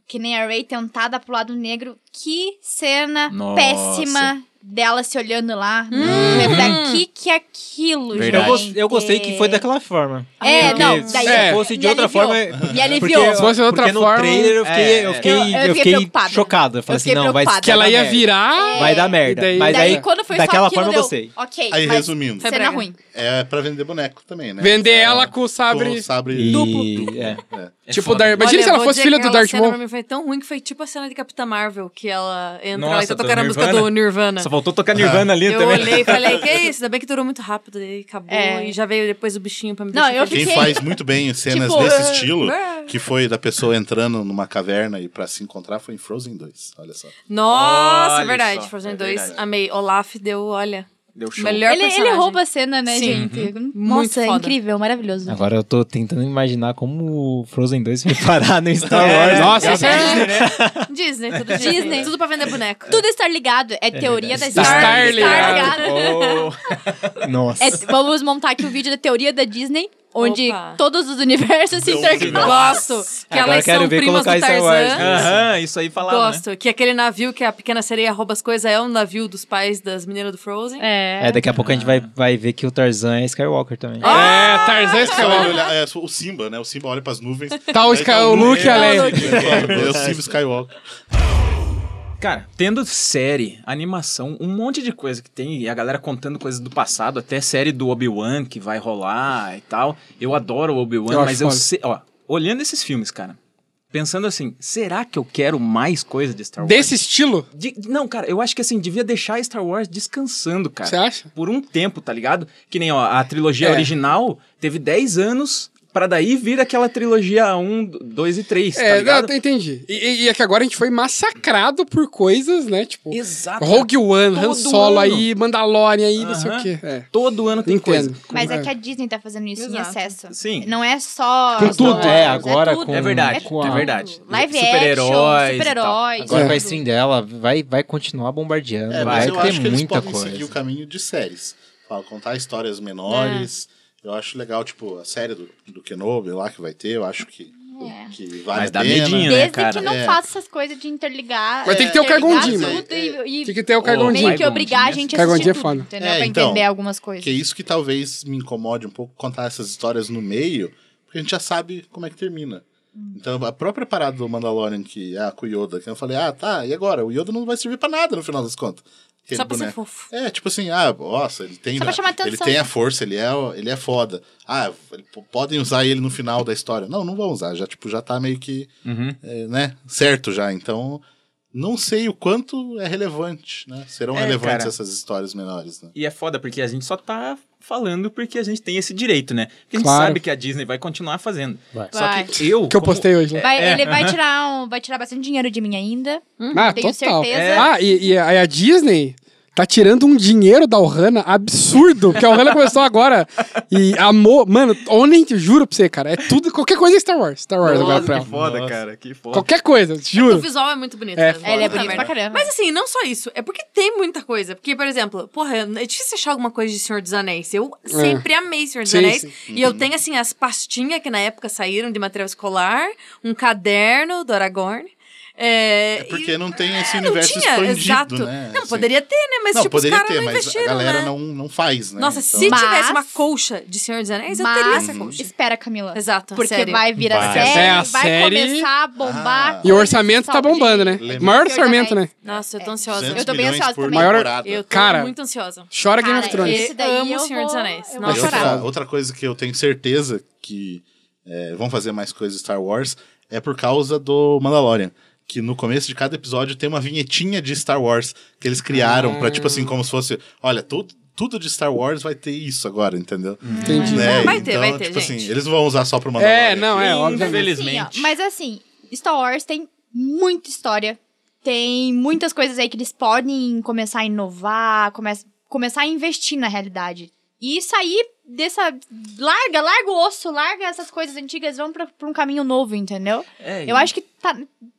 que nem a Ray tentada pro lado negro, que cena Nossa. péssima dela se olhando lá. Hum. Que que é aquilo, Verdade. Eu, gente? gos- eu gostei que foi daquela forma. É, Porque não, daí se é, fosse de me outra aliviou. forma. Me aliviou. Porque, Se fosse de outra porque no forma- trailer eu fiquei, É, eu fiquei, Eu- eu eu fiquei fiquei preocupada. chocado. Eu falei Eu assim, fiquei não, vai, preocupada. Que ela vai ia dar merda. virar. Vai dar É. merda. é. E daí- mas Daí, aí, quando foi só daquela aquilo, forma eu deu, gostei. Ok, Aí, mas resumindo, cena Brega. ruim. é pra vender boneco também, né? Vender É, ela com o sabre. Com o sabre E- duplo. é. É. é tipo, foda. Dar... imagina Olha, se ela vou fosse dizer filha que do aquela Darth cena Maul. Pra mim foi tão ruim que foi tipo a cena de Capitã Marvel, que ela entra Nossa, lá e tá do tocando a música Nirvana? do Nirvana. Só faltou tocar Nirvana ali Eu também. olhei e falei, que isso? Ainda bem que durou muito rápido, daí acabou. É. E já veio depois o bichinho pra me Não, deixar eu feliz. Quem Fiquei- faz muito bem cenas Tipo, desse ah, estilo, ah. que foi da pessoa entrando numa caverna e pra se encontrar, foi em Frozen 2. Olha só. Nossa, Olha verdade. só, Frozen é 2, verdade. amei. Olaf deu, olha. Deu show. Melhor Ele, ele personagem. rouba a cena, né, Sim. gente? Muito Nossa, é foda. incrível, maravilhoso. Uhum. Agora eu tô tentando imaginar como o Frozen 2 foi parar no Star É, Wars. né? Nossa, Isso é Disney, né? Disney, tudo Disney. Disney. Tudo pra vender boneco. Tudo estar ligado. É, teoria da Estar Star, ligado. Oh. nossa. É, vamos montar aqui o vídeo da teoria da Disney, onde Opa. todos os universos se interconectam. Gosto. Que Agora elas quero são ver primas do colocar Star Wars, Tarzan. né? Aham, isso aí falava. né? Gosto. Que aquele navio que a pequena sereia rouba as coisas é um navio dos pais das meninas do Frozen. É, daqui a pouco a gente vai, vai ver que o Tarzan é Skywalker também. É, Tarzan Só ele Skywalker. olhar- é, o Simba, né? O Simba olha pras nuvens. Tá o, Aí né? Sky- o Luke e a Leia. É, é o Simba Skywalker. Cara, tendo série, animação, um monte de coisa que tem, e a galera contando coisas do passado, até série do Obi-Wan que vai rolar e tal. Eu adoro o Eu Obi-Wan, acho mas eu foda. sei. Ó, olhando esses filmes, cara, pensando assim, será que eu quero mais coisa de Star Wars? Desse estilo, De- não, cara, eu acho que assim, devia deixar Star Wars descansando, cara. você acha? Por um tempo, tá ligado? Que nem, ó, a trilogia É. original teve 10 anos. Pra daí vir aquela trilogia 1, 2 e 3, tá É, ligado? não, entendi. E, e- e é que agora a gente foi massacrado por coisas, né? Tipo, Exato. Rogue One, Han Todo Solo ano. aí, Mandalorian aí, não sei o Aham. quê. É. Todo ano tem Entendo. coisa. um Mas é que a Disney tá fazendo isso em Exato. excesso. Sim. Não é só. Com os tudo. donos, É, agora tudo. com- É verdade, com a- é verdade. Live Super-heróis action, e tal. super-heróis. Agora É. com a stream dela, vai, vai continuar bombardeando. É, mas vai eu acho que ter eles muita podem coisa. seguir o caminho de séries. Fala, contar histórias menores. Eu acho legal, tipo, a série do, do Kenobi lá que vai ter, eu acho que, que vale Mas a dá pena. medinho, né? Desde cara? que não É. faça essas coisas de interligar. é, Mas tem que ter o interligar Cargondinho, mano. tudo E, e Tem que ter o Ô, Cargondinho. meio é que Cargondinho. obrigar a gente a Cargondinho assistir é foda. tudo, entendeu? É, pra então, entender algumas coisas. Que é isso que talvez me incomode um pouco contar essas histórias no meio, porque a gente já sabe como é que termina. Então, a própria parada do Mandalorian que ah, com o Yoda, que eu falei, ah, tá, e agora? O Yoda não vai servir pra nada no final das contas. Aquele Só pra ser boneco. fofo. É, tipo assim, ah, nossa, ele tem, Só pra a- chamar atenção, ele tem a né? força, ele é, o- ele é foda. Ah, ele- p- podem usar ele no final da história. Não, não vão usar, já, tipo, já tá meio que, é, né, certo já. Então, não sei o quanto é relevante, né? Serão É, relevantes cara. essas histórias menores, né? E é foda, porque a gente só tá falando porque a gente tem esse direito, né? Porque a gente Claro. sabe que a Disney vai continuar fazendo. Vai. Só Vai. que eu. O que eu como- postei hoje lá. Vai- é. Ele vai tirar, um, vai tirar bastante dinheiro de mim ainda. Ah, tenho total. certeza. É. Ah, e, e a a Disney tá tirando um dinheiro da Ohana absurdo, porque a Ohana começou agora e amou. Mano, ontem, juro pra você, cara, é tudo, qualquer coisa é Star Wars. Star Wars agora pra Nossa, ela. que foda, Nossa. cara. Que foda. Qualquer coisa, O juro. visual é muito bonito. É, mesmo. foda. Ele é Puta bonito merda. pra caramba. Mas assim, não só isso. É porque tem muita coisa. Porque, por exemplo, porra, é difícil achar alguma coisa de Senhor dos Anéis. Eu sempre amei Senhor dos Sim, Anéis. sim. E eu tenho, assim, as pastinhas que na época saíram de material escolar, um caderno do Aragorn. É, É porque e- não tem esse É, universo não tinha, expandido, exato. né? Não, Assim. poderia ter, né? Mas, não, tipo, os poderia caras ter, não mas a investiram, galera né? não, não faz, né? Nossa, Então, se Mas- tivesse uma colcha de Senhor dos Anéis, é eu teria essa Mas colcha. espera, Camila. Exato, a Porque série. vai vir a Vai. série, É, a vai série- começar a bombar. Ah. E o orçamento tá bombando, né? Lembra- Maior Senhor dos orçamento, né? Anéis. Nossa, eu tô ansiosa. 200 Eu tô bem milhões ansiosa por também. Maior- temporada. Eu tô Cara, muito ansiosa. Chora Game Cara, of Thrones. esse daí amo eu Senhor dos Anéis. vou- eu Nossa, vou chorar. outra, caralho. outra coisa que eu tenho certeza que é, vão fazer mais coisas de Star Wars é por causa do Mandalorian. que no começo de cada episódio tem uma vinhetinha de Star Wars que eles criaram pra, tipo assim, como se fosse, olha, tudo, tudo de Star Wars vai ter isso agora, entendeu? Entendi. Né? Vai ter, então, vai ter, tipo gente. assim, eles não vão usar só pro Mandalorian. É, não, é, obviamente. Infelizmente. Sim, ó, mas assim, Star Wars tem muita história. Tem muitas coisas aí que eles podem começar a inovar, come começar a investir na realidade. E sair dessa. Larga, larga o osso, larga essas coisas antigas, vamos pra, pra um caminho novo, entendeu? É, Eu acho que tá,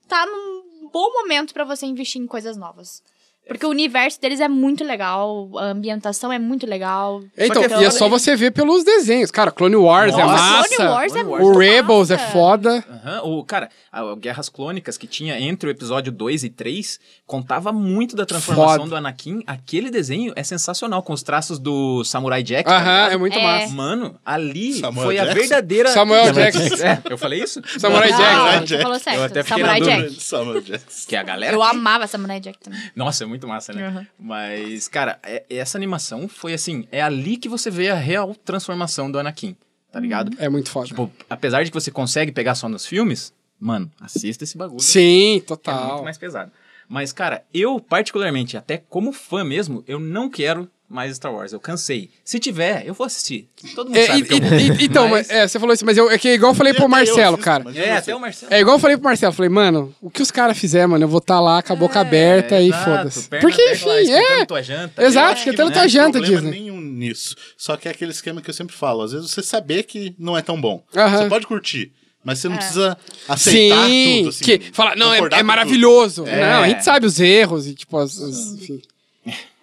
tá num bom momento pra você investir em coisas novas. Porque o universo deles é muito legal, a ambientação é muito legal. Então, Só que é e é foda, só hein? você ver pelos desenhos. Cara, Clone Wars é Nossa. massa. Clone Wars é O muito O Rebels massa. é foda. Aham, O, cara, a, a Guerras Clônicas que tinha entre o episódio 2 e 3 contava muito da transformação Foda. do Anakin. Aquele desenho é sensacional, com os traços do Samurai Jack. tá Aham, ligado? é muito É. massa. Mano, ali Samuel foi a Jackson? verdadeira. Samuel Jackson. É, eu falei isso? Samurai Não, Jack. Samurai tu Jack. né? falou Eu certo. até fiquei Samurai na Jack. dúvida. Samuel Jackson. Que a galera. Eu amava Samurai Jack também. Nossa, é muito massa, né? Uhum. Mas, cara, é- essa animação foi assim. É ali que você vê a real transformação do Anakin, tá ligado? É muito foda. Tipo, apesar de que você consegue pegar só nos filmes, mano, assista esse bagulho. Sim, É muito total. mais pesado. Mas, cara, eu particularmente, até como fã mesmo, eu não quero mais Star Wars. Eu cansei. Se tiver, eu vou assistir. Todo mundo É, sabe e- que um eu vou. e- e- então, mas... é, você falou isso, mas eu, é que é igual eu falei pro Marcelo, cara. É, até o Marcelo. É igual eu falei pro Marcelo, falei, mano, o que os caras fizeram, mano, eu vou estar lá com a boca aberta e É, exato, foda-se. perna É, Porque, aberta lá, enfim, escutando é. tua janta. Exato, Eu que acho até né? não tua janta, problema Disney. nenhum nisso. Só que é aquele esquema que eu sempre falo. Às vezes você saber que não é tão bom. Aham. Você pode curtir, mas É. você não precisa aceitar Sim, tudo. Assim, que fala, não, é, concordar é com maravilhoso. É. Não, a gente sabe os erros e, tipo, as, as- enfim.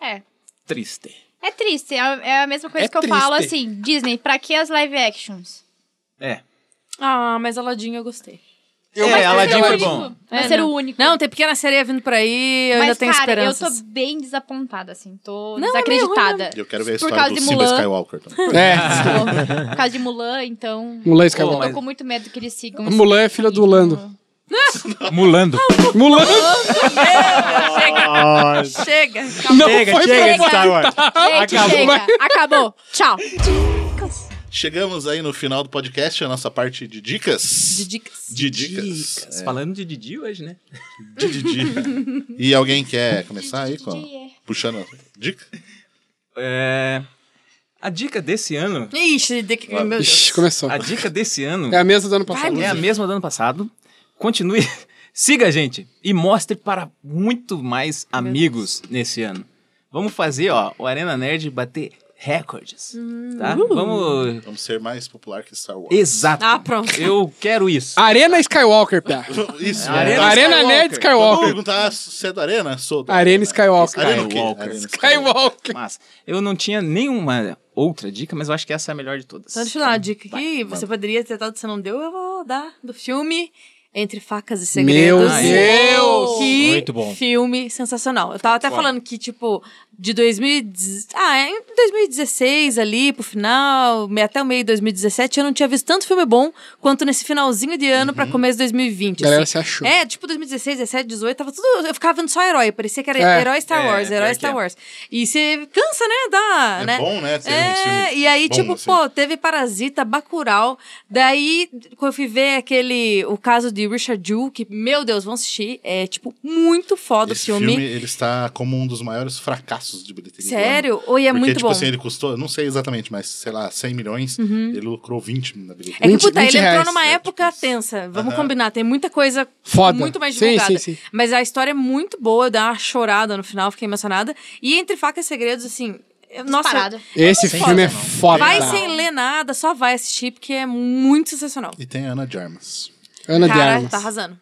É. Triste. É triste, é a- é a mesma coisa É que eu falo triste. assim, Disney, pra que as live actions? É. Ah, mas Aladdin eu gostei. é, Aladdin Vai foi ser o bom. único, Vai É, ser não. o único. Não, tem pequena sereia vindo por aí, eu Mas, ainda tenho cara, esperanças. eu tô bem desapontada, assim, tô Não, é meio ruim, desacreditada. tudo. E eu quero ver a Por história causa do de Simba Mulan. Skywalker. também. É, Por causa de Mulan, então... Mulan Eu Skywalker. tô mas- com muito medo que eles sigam... esse Mulan é filha do caminho. Lando. Mulando. Mulan Chega, não Chega, foi chega de pra- Star Wars. Gente, chega, acabou, tchau. Chegamos aí no final do podcast, a nossa parte de dicas. de dicas. De dicas. Falando de Didi hoje, né? De Didi. e alguém quer começar aí com? Puxando a dica? É... A dica desse ano... Ixi, de que, meu Deus. Ixi, começou. A dica desse ano... É a mesa do ano passado. É a mesma do ano passado. Continue. Siga a gente e mostre para muito mais amigos nesse ano. Vamos fazer, ó, o Arena Nerd bater recordes. Hum. Tá? Vamos. Vamos ser mais popular que Star Wars. Exato. Ah, pronto. Eu quero isso. Arena Skywalker, Pia. Isso. Arena- vamos Arena Skywalker. Nerd Vamos Skywalker. perguntar, você é da Arena? Sou da Arena Skywalker. Arena o quê? Skywalker. Arena Skywalker. Mas eu não tinha nenhuma outra dica, mas eu acho que essa é a melhor de todas. Então, deixa eu dar uma dica que você poderia ter dado, você não deu, eu vou dar do filme Entre Facas e Segredos. Meu Deus! Que Muito bom. filme sensacional. Eu tava até Foda. falando que, tipo, de 2000, ah, em 2016 ali, pro final, me- até o meio de 2017, eu não tinha visto tanto filme bom quanto nesse finalzinho de ano pra começo de 2020. Uhum. Galera assim. se achou. É, tipo 2016, 17, 18, tava tudo. Eu ficava vendo só herói, parecia que era É. herói Star É, Wars, herói pior que Star é. Wars. E você cansa, né? Dá, É né? bom, né? Ter uns É, filmes e aí, bons, tipo, assim. pô, teve Parasita, Bacurau, daí, quando eu fui ver aquele, o caso de Richard Jewell, que, meu Deus, vão assistir, é, tipo, muito foda o Esse filme. é filme. ele está como um dos maiores fracassos de bilheteria. do ano. Sério? Oi, é Porque, muito tipo bom. Uhum. assim, ele custou, eu não sei exatamente, mas sei lá, 100 milhões, ele lucrou 20 na bilheteria. É que, 20 puta, ele 20 entrou reais, numa é, época tipo isso. tensa. Vamos Aham. combinar, tem muita coisa Foda. muito mais Sim, divulgada. sim, sim. Mas a história é muito boa, eu dei uma chorada no final, fiquei emocionada. E Entre Facas e Segredos, assim, eu- nossa, Parado. Esse filme é foda. vai sem ler nada, só vai assistir, porque é muito sensacional. E tem a Ana de Armas. Ana de Cara, Armas. tá arrasando.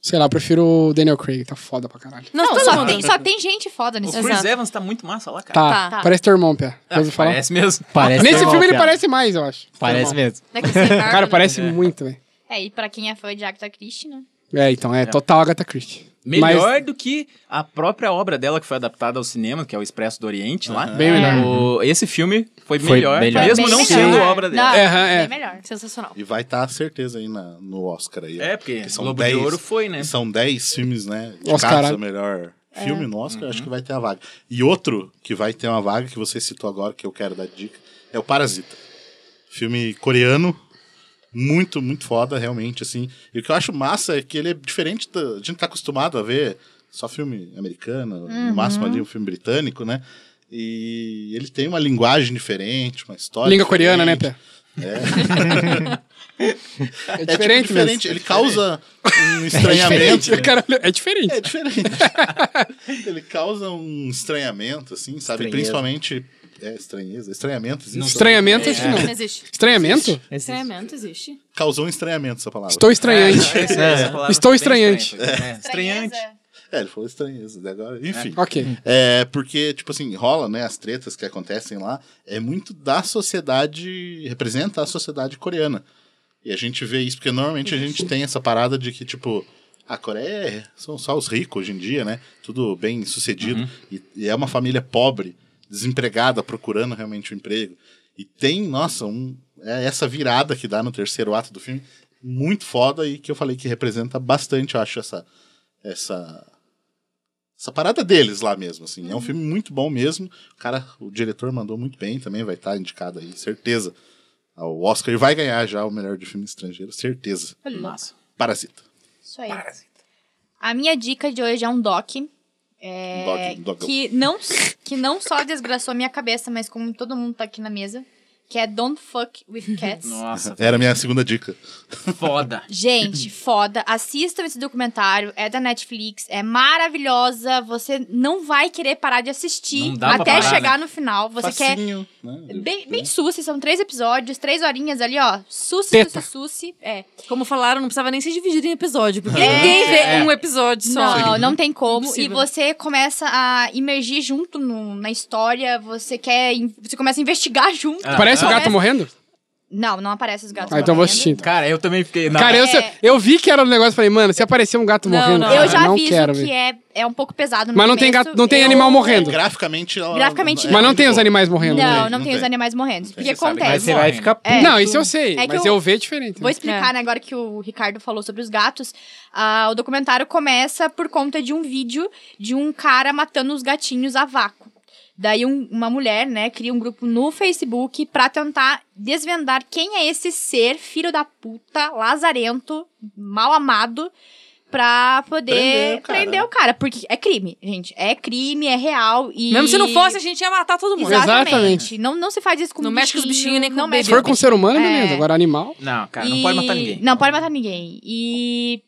Sei lá, eu prefiro o Daniel Craig, tá foda pra caralho. Não, todo só mundo. tem, só tem gente foda O nesse Chris Exato. Evans tá muito massa lá, cara. Tá, Tá. parece teu irmão, Pia. Ah, Depois eu falar. parece mesmo. Parece Nesse normal, filme ele cara. parece mais, eu acho. Parece mesmo. Né, que esse Cara, Harlan- parece muito, velho. É, e pra quem é fã de Agatha Christie, né? É, então, é total Agatha Christie. Melhor Mas- do que a própria obra dela que foi adaptada ao cinema, que é o Expresso do Oriente lá. Bem melhor. O- esse filme foi, Foi melhor, melhor. mesmo Bem não melhor. sendo obra dela. Não, É, aham, é. Bem melhor. Sensacional. E vai estar a certeza aí na- no Oscar aí. ó. É, porque Que Globo de Ouro foi, né? São 10 filmes, né? Oscar. Oscar. o melhor filme no Oscar, acho que vai ter a vaga. E outro que vai ter uma vaga, que você citou agora, que eu quero dar dica, é o Parasita. Filme coreano. muito, muito foda, realmente, assim. E o que eu acho massa é que ele é diferente, da, a gente tá acostumado a ver só filme americano, no máximo ali um filme britânico, né? E ele tem uma linguagem diferente, uma história Língua coreana, né, Pé? diferente. É. É É tipo, diferente, diferente. mesmo. Ele causa um É estranhamento. diferente, caralho, é diferente. É diferente. Ele causa um estranhamento, assim, sabe? Estranheza. Principalmente. É, estranheza. Estranhamento. existe? Estranhamento, acho que Não não. existe. Estranhamento? É. Estranhamento existe. Causou um estranhamento essa palavra. Estou estranhante. É, essa- essa palavra Estou bem estranhante. estranha. É, Estranhante. É, ele falou estranheza. né? Agora, enfim. Ok. É, porque, tipo assim, rola, né? As tretas que acontecem lá. É muito da sociedade. Representa a sociedade coreana. E a gente vê isso, porque normalmente a gente tem essa parada de que, tipo. A Coreia é- são só os ricos hoje em dia, né? Tudo bem sucedido. E, e é uma família pobre, desempregada, procurando realmente um emprego. E tem, nossa, um, é essa virada que dá no terceiro ato do filme, muito foda e que eu falei que representa bastante, eu acho, essa, essa essa parada é deles lá mesmo, assim. Uhum. É um filme muito bom mesmo. O cara, o diretor mandou muito bem também, vai estar indicado aí, certeza. Ah, O Oscar e vai ganhar já o melhor de filme estrangeiro, certeza. Massa. Parasita. Isso aí. A minha dica de hoje é um doc. é, Um Dog, dogão. que, não, que não só desgraçou minha cabeça, mas como todo mundo tá aqui na mesa. Que é Don't Fuck With Cats. Nossa, Era a minha segunda dica. foda. Gente, foda. Assistam esse documentário. É da Netflix. É maravilhosa. Você não vai querer parar de assistir Não dá pra até né? parar, chegar no final. Você quer. Facinho, né? Bem, bem suci, são três episódios, três horinhas ali, ó. Suci, Teta. suci, suci. É. Como falaram, não precisava nem ser dividido em episódio, porque ninguém vê É. um episódio só. Não, não tem como. Impossível. E você começa a imergir junto no- na história, você quer. in- Você começa a investigar junto. Ah. Parece o gato Parece- morrendo? Não, não aparece os gatos. Ah, então eu vou morrendo. assistir. Cara, eu também fiquei. Não, Cara, eu, É. eu vi que era um negócio, falei, mano, se aparecer um gato Não, morrendo, não. cara, Eu já não aviso quero, que velho. é, é um pouco pesado. No Mas não tem começo. gato, não tem Eu- animal morrendo. Graficamente... ela- Graficamente, é não. Mas não muito tem os boa. animais morrendo. né? Não, Não não tem tem. os animais morrendo. Porque Você sabe que Mas acontece. você vai ficar puto. É. Não, isso eu sei, É que mas eu- eu, ver é diferente. Vou explicar, né, agora que o Ricardo falou sobre os gatos. Ah, o documentário começa por conta de um vídeo de um cara matando os gatinhos a vácuo. Daí um- uma mulher, né, cria um grupo no Facebook pra tentar desvendar quem é esse ser, filho da puta, lazarento, mal amado, pra Prender poder o cara. prender o cara. Porque é crime, gente. É crime, é real e... Mesmo se não fosse, a gente ia matar todo mundo. Exato. Exatamente. Exatamente. Não, não se faz isso com Não mexe com os bichinhos, nem com não o mexe Se for com ser humano, É. beleza. Agora animal. Não, cara, e- não pode matar ninguém. Não pode matar ninguém. E.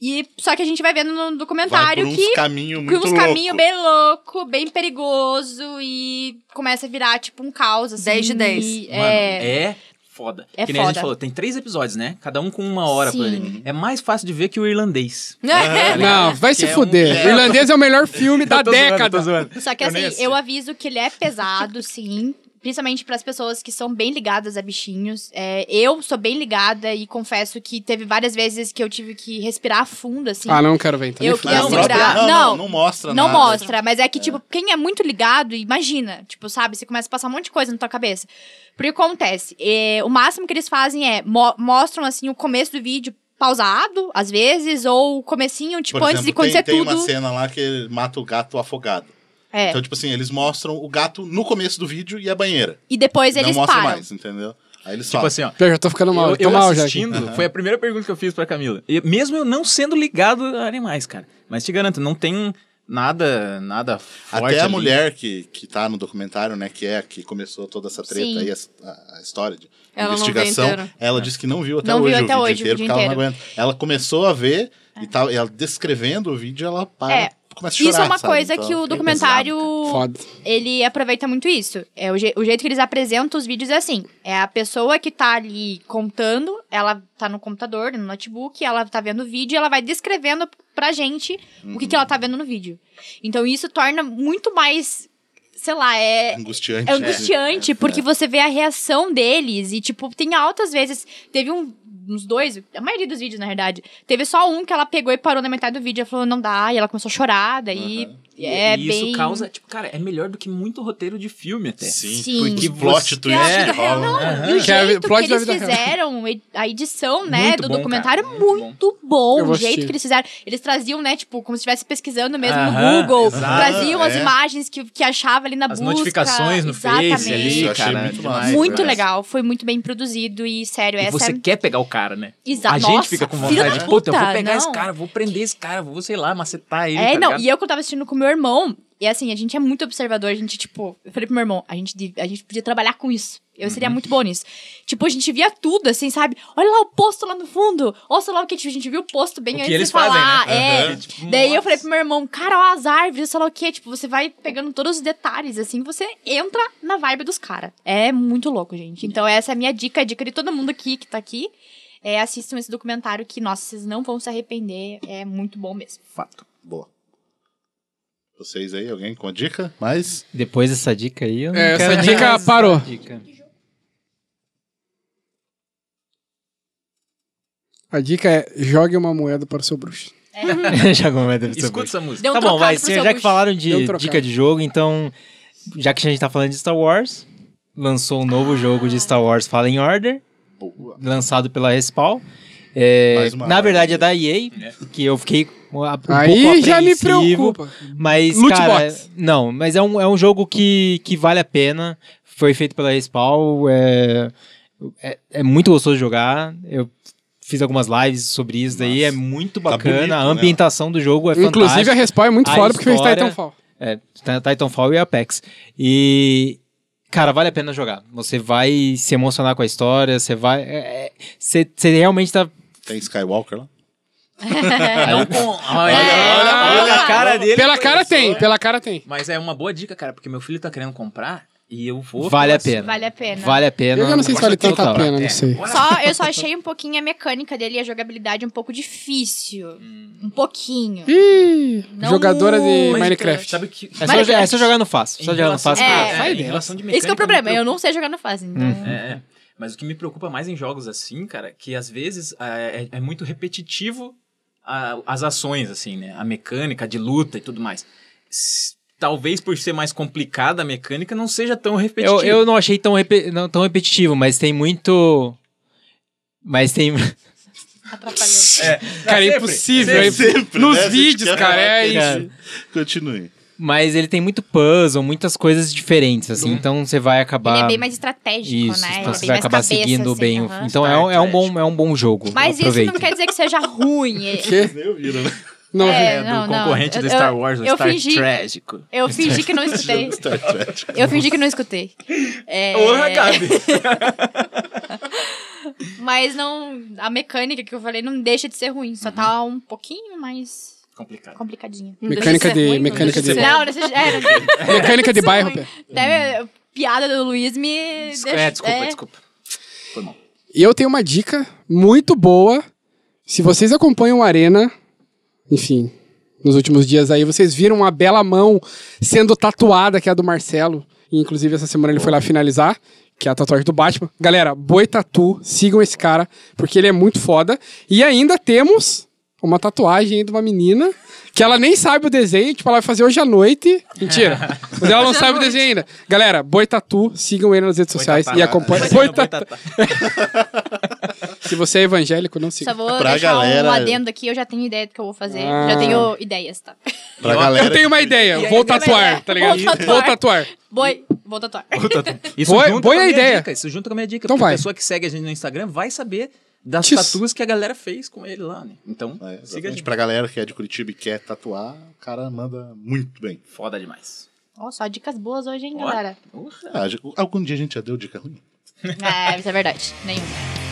E só que a gente vai vendo no Vai por documentário uns que. caminhos Com muito uns loucos. caminhos bem louco, bem perigoso e começa a virar tipo um caos, assim. 10 de 10. e- Mano, é, é... foda. É que nem a foda. gente falou, tem três episódios, né? Cada um com uma hora por Sim. ali. É mais fácil de ver que o irlandês. É. Não, vai se Que é um- fuder. é. O Irlandês é o melhor filme da Eu tô zoando, década. tô zoando. Só que Eu assim, nem eu, assisti. aviso que ele é pesado, sim. Principalmente pras pessoas que são bem ligadas a bichinhos. É, eu sou bem ligada e confesso que teve várias vezes que eu tive que respirar fundo, assim. Ah, não quero ver, então. Eu nem que fudeu. ia segurar. Não, assim, Não. não, não mostra Não nada. mostra, mas é que, tipo, quem é muito ligado, imagina. Tipo, sabe? Você começa a passar um monte de coisa na tua cabeça. Porque acontece, é, o máximo que eles fazem é mo- mostram, assim, o começo do vídeo pausado, às vezes, ou o comecinho, tipo, Por antes de exemplo, tem, acontecer tem tudo. uma cena lá que ele mata o gato afogado. É. Então, tipo assim, eles mostram o gato no começo do vídeo e a banheira. E depois não eles mostra param. mais, entendeu? Aí eles Tipo falam. assim, ó. Eu já tô ficando mal. Eu, tô eu mal já. aqui. assistindo, foi a primeira pergunta que eu fiz pra Camila. E mesmo eu não sendo ligado a animais, cara. Mas te garanto, não tem nada, nada forte Até a ali. mulher que, que tá no documentário, né, que é a que começou toda essa treta Sim. aí, essa- a, a história de Ela não vê investigação, inteiro. ela disse que não viu até Não hoje viu o até vídeo hoje o inteiro, vídeo porque ela não inteiro. aguenta. Ela começou a ver e tal, e ela descrevendo o vídeo, ela para, É. começa a chorar, Isso é uma sabe? coisa Então, que o é documentário Foda. ele aproveita muito isso. É o, je- o jeito que eles apresentam os vídeos é assim. É a pessoa que tá ali contando, ela tá no computador, no notebook, ela tá vendo o vídeo e ela vai descrevendo pra gente o que, que ela tá vendo no vídeo. Então isso torna muito mais, sei lá, é, Angustiante. é né? angustiante, É. porque você vê a reação deles. E, tipo, tem altas vezes. Teve um, uns dois, a maioria dos vídeos, na verdade. Teve só um que ela pegou e parou na metade do vídeo. Ela falou, não dá. E ela começou a chorar. Daí E é e isso bem... causa, tipo, cara, é melhor do que muito roteiro de filme até. Sim, Sim. porque Que os plot você- E a twists que vida real, rolam. não, né? e o Que é a jeito que, plot da eles vida real. fizeram, e- a edição, né, Muito do bom, documentário cara, é muito muito Eu bom. vou O jeito assistir. que eles fizeram. Eles traziam, né, tipo, como se estivesse pesquisando mesmo Aham, no Google. exato, traziam as é. imagens que, que achava ali na As busca. notificações no Exatamente. Face Isso, eu ali, achei cara. muito demais, massa. Muito Parece. cara. legal, foi muito bem produzido e, sério, E essa você é quer pegar o cara, né? Exa- a Nossa, gente fica com filho vontade. da Puta, eu vou puta, pegar esse não. cara, vou prender esse cara, vou, sei lá, macetar ele. É, tá não, ligado? e eu quando tava assistindo com meu irmão, e assim, a gente é muito observador, a gente, tipo, eu falei pro meu irmão, a gente, dev- a gente podia trabalhar com isso. Eu Uhum. seria muito bom nisso. Tipo, a gente via tudo, assim, sabe? Olha lá o posto lá no fundo. Olha lá o que tipo, a gente viu o posto bem O que antes eles de falar. fazem, né? É. Aham. Tipo, Daí nossa. eu falei pro meu irmão, cara, ó, as árvores, sei lá o que. Tipo, você vai pegando todos os detalhes, assim, você entra na vibe dos caras. É muito louco, gente. Então, essa é a minha dica, a dica de todo mundo aqui que tá aqui. É, assistam esse documentário que, nossa, vocês não vão se arrepender. É muito bom mesmo. Fato. Boa. Vocês aí, alguém com a dica? Mas. Depois dessa dica aí, eu não É, quero essa nem dica mais parou. dica. A dica é: jogue uma moeda para o seu bruxo. Já comenta sobre Escuta isso. essa música. Deu um Tá bom, trocado vai. pro se- seu Já que Bush. falaram de Deu um trocado. dica de jogo, então. Já que a gente tá falando de Star Wars, lançou um novo jogo de Star Wars Fallen Order, Boa. lançado pela Respawn. É, Mais uma na hora. verdade é da EA, que eu fiquei um a- um Aí pouco já me apreensivo. preocupa. é Mas, Loot cara, box. não, mas é um, é um jogo que, que vale a pena. Foi feito pela Respawn, é, é, é muito gostoso de jogar. Eu fiz algumas lives sobre isso daí, é muito Tá bacana. bonito, a né? ambientação do jogo é Inclusive, fantástica. a respawn é muito A foda porque fez história- Titanfall. É, Ti- Titanfall e Apex. E. Cara, vale a pena jogar. Você vai se emocionar com a história, você vai. é, é, Você você realmente tá. Tem Skywalker lá? Não com- Olha, É. olha, olha a cara dele. Pela cara tem, pela cara tem. Mas é uma boa dica, cara, porque meu filho tá querendo comprar e eu vou. Vale a falar pena. Vale a pena. Vale a pena. Eu já não sei se vale tanta Total. pena, É. não sei. Só, eu só achei um pouquinho a mecânica dele e a jogabilidade um pouco difícil. Um pouquinho. Ih, Não é jogadora de muito. Minecraft. Sabe que. É só, é só jogar no fácil. Só Em jogar no relação- fácil. É. cara. é, sai em dela. relação de mecânica, Esse que é o problema, eu não sei jogar na fase, então. É, é. Mas o que me preocupa mais em jogos assim, cara, que às vezes é, é- é muito repetitivo a- as ações, assim, né? A mecânica de luta e tudo mais. S- Talvez por ser mais complicada a mecânica, não seja tão Eu, repetitivo. eu não achei tão, repe- não tão repetitivo, mas tem muito. Mas tem. Atrapalhou. Cara, é sempre, impossível. é sempre, imp- Nos né? Você vídeos, fica- cara, é Cara, isso. Continue. Mas ele tem muito puzzle, muitas coisas diferentes, assim. Então você vai acabar. Ele é bem mais estratégico, Isso, né? Ele então é você bem vai mais acabar cabeça, seguindo assim, bem. o- aham. Então é um, é um bom, é um bom jogo. Mas isso Aproveita. não quer dizer que seja ruim. ele- Que? Eu viro, né? Não, É, vi. do não, não. concorrente do Eu- Star Wars, o eu Star fingi- É. Trágico. Eu fingi que não escutei. Star Trek. Eu fingi que não escutei. É, Porra, Gabi! mas não. A mecânica que eu falei não deixa de ser ruim. Só tá um pouquinho mais Complicado. complicadinha. Não deixa Mecânica ser de- não mecânica deixa de- ser bom. Não, não deixa- é, não- Mecânica de bairro, ruim. Pé. Até a piada do Luiz me. Desculpa, deixa- é, desculpa, é. desculpa. Foi mal. E eu tenho uma dica muito boa. Se vocês acompanham a Arena, enfim, nos últimos dias aí, vocês viram a bela mão sendo tatuada, que é a do Marcelo. E, inclusive, essa semana ele foi lá finalizar, que é a tatuagem do Batman. Galera, boi tatu, sigam esse cara, porque ele é muito foda. E ainda temos uma tatuagem aí de uma menina, que ela nem sabe o desenho, tipo, ela vai fazer hoje à noite. Mentira. Mas ela não sabe o desenho ainda. Galera, boi tatu, sigam ele nas redes sociais Boitatá. e acompanhem. Boi tatu. Se você é evangélico, não Só siga. vou Pra deixar galera- um adendo aqui, eu já tenho ideia do que eu vou fazer. Ah. Já tenho ideias, tá? Pra Eu- galera. Eu tenho uma que- ideia, vou tatuar, tá ligado? Vou tatuar. Vou tatuar. Boi, vou tatuar. Isso Boa- junta boa com a minha ideia. dica. Isso junta com a minha dica. Então porque vai. a pessoa que segue a gente no Instagram vai saber das Tchis. tatuas que a galera fez com ele lá, né? Então, É, siga a exatamente. gente. Pra galera que é de Curitiba e quer tatuar, o cara manda muito bem. Foda demais. Ó, só dicas boas hoje, hein, Ó. galera? Ah, já- algum dia a gente já deu dica ruim? É, isso é verdade. Nenhum.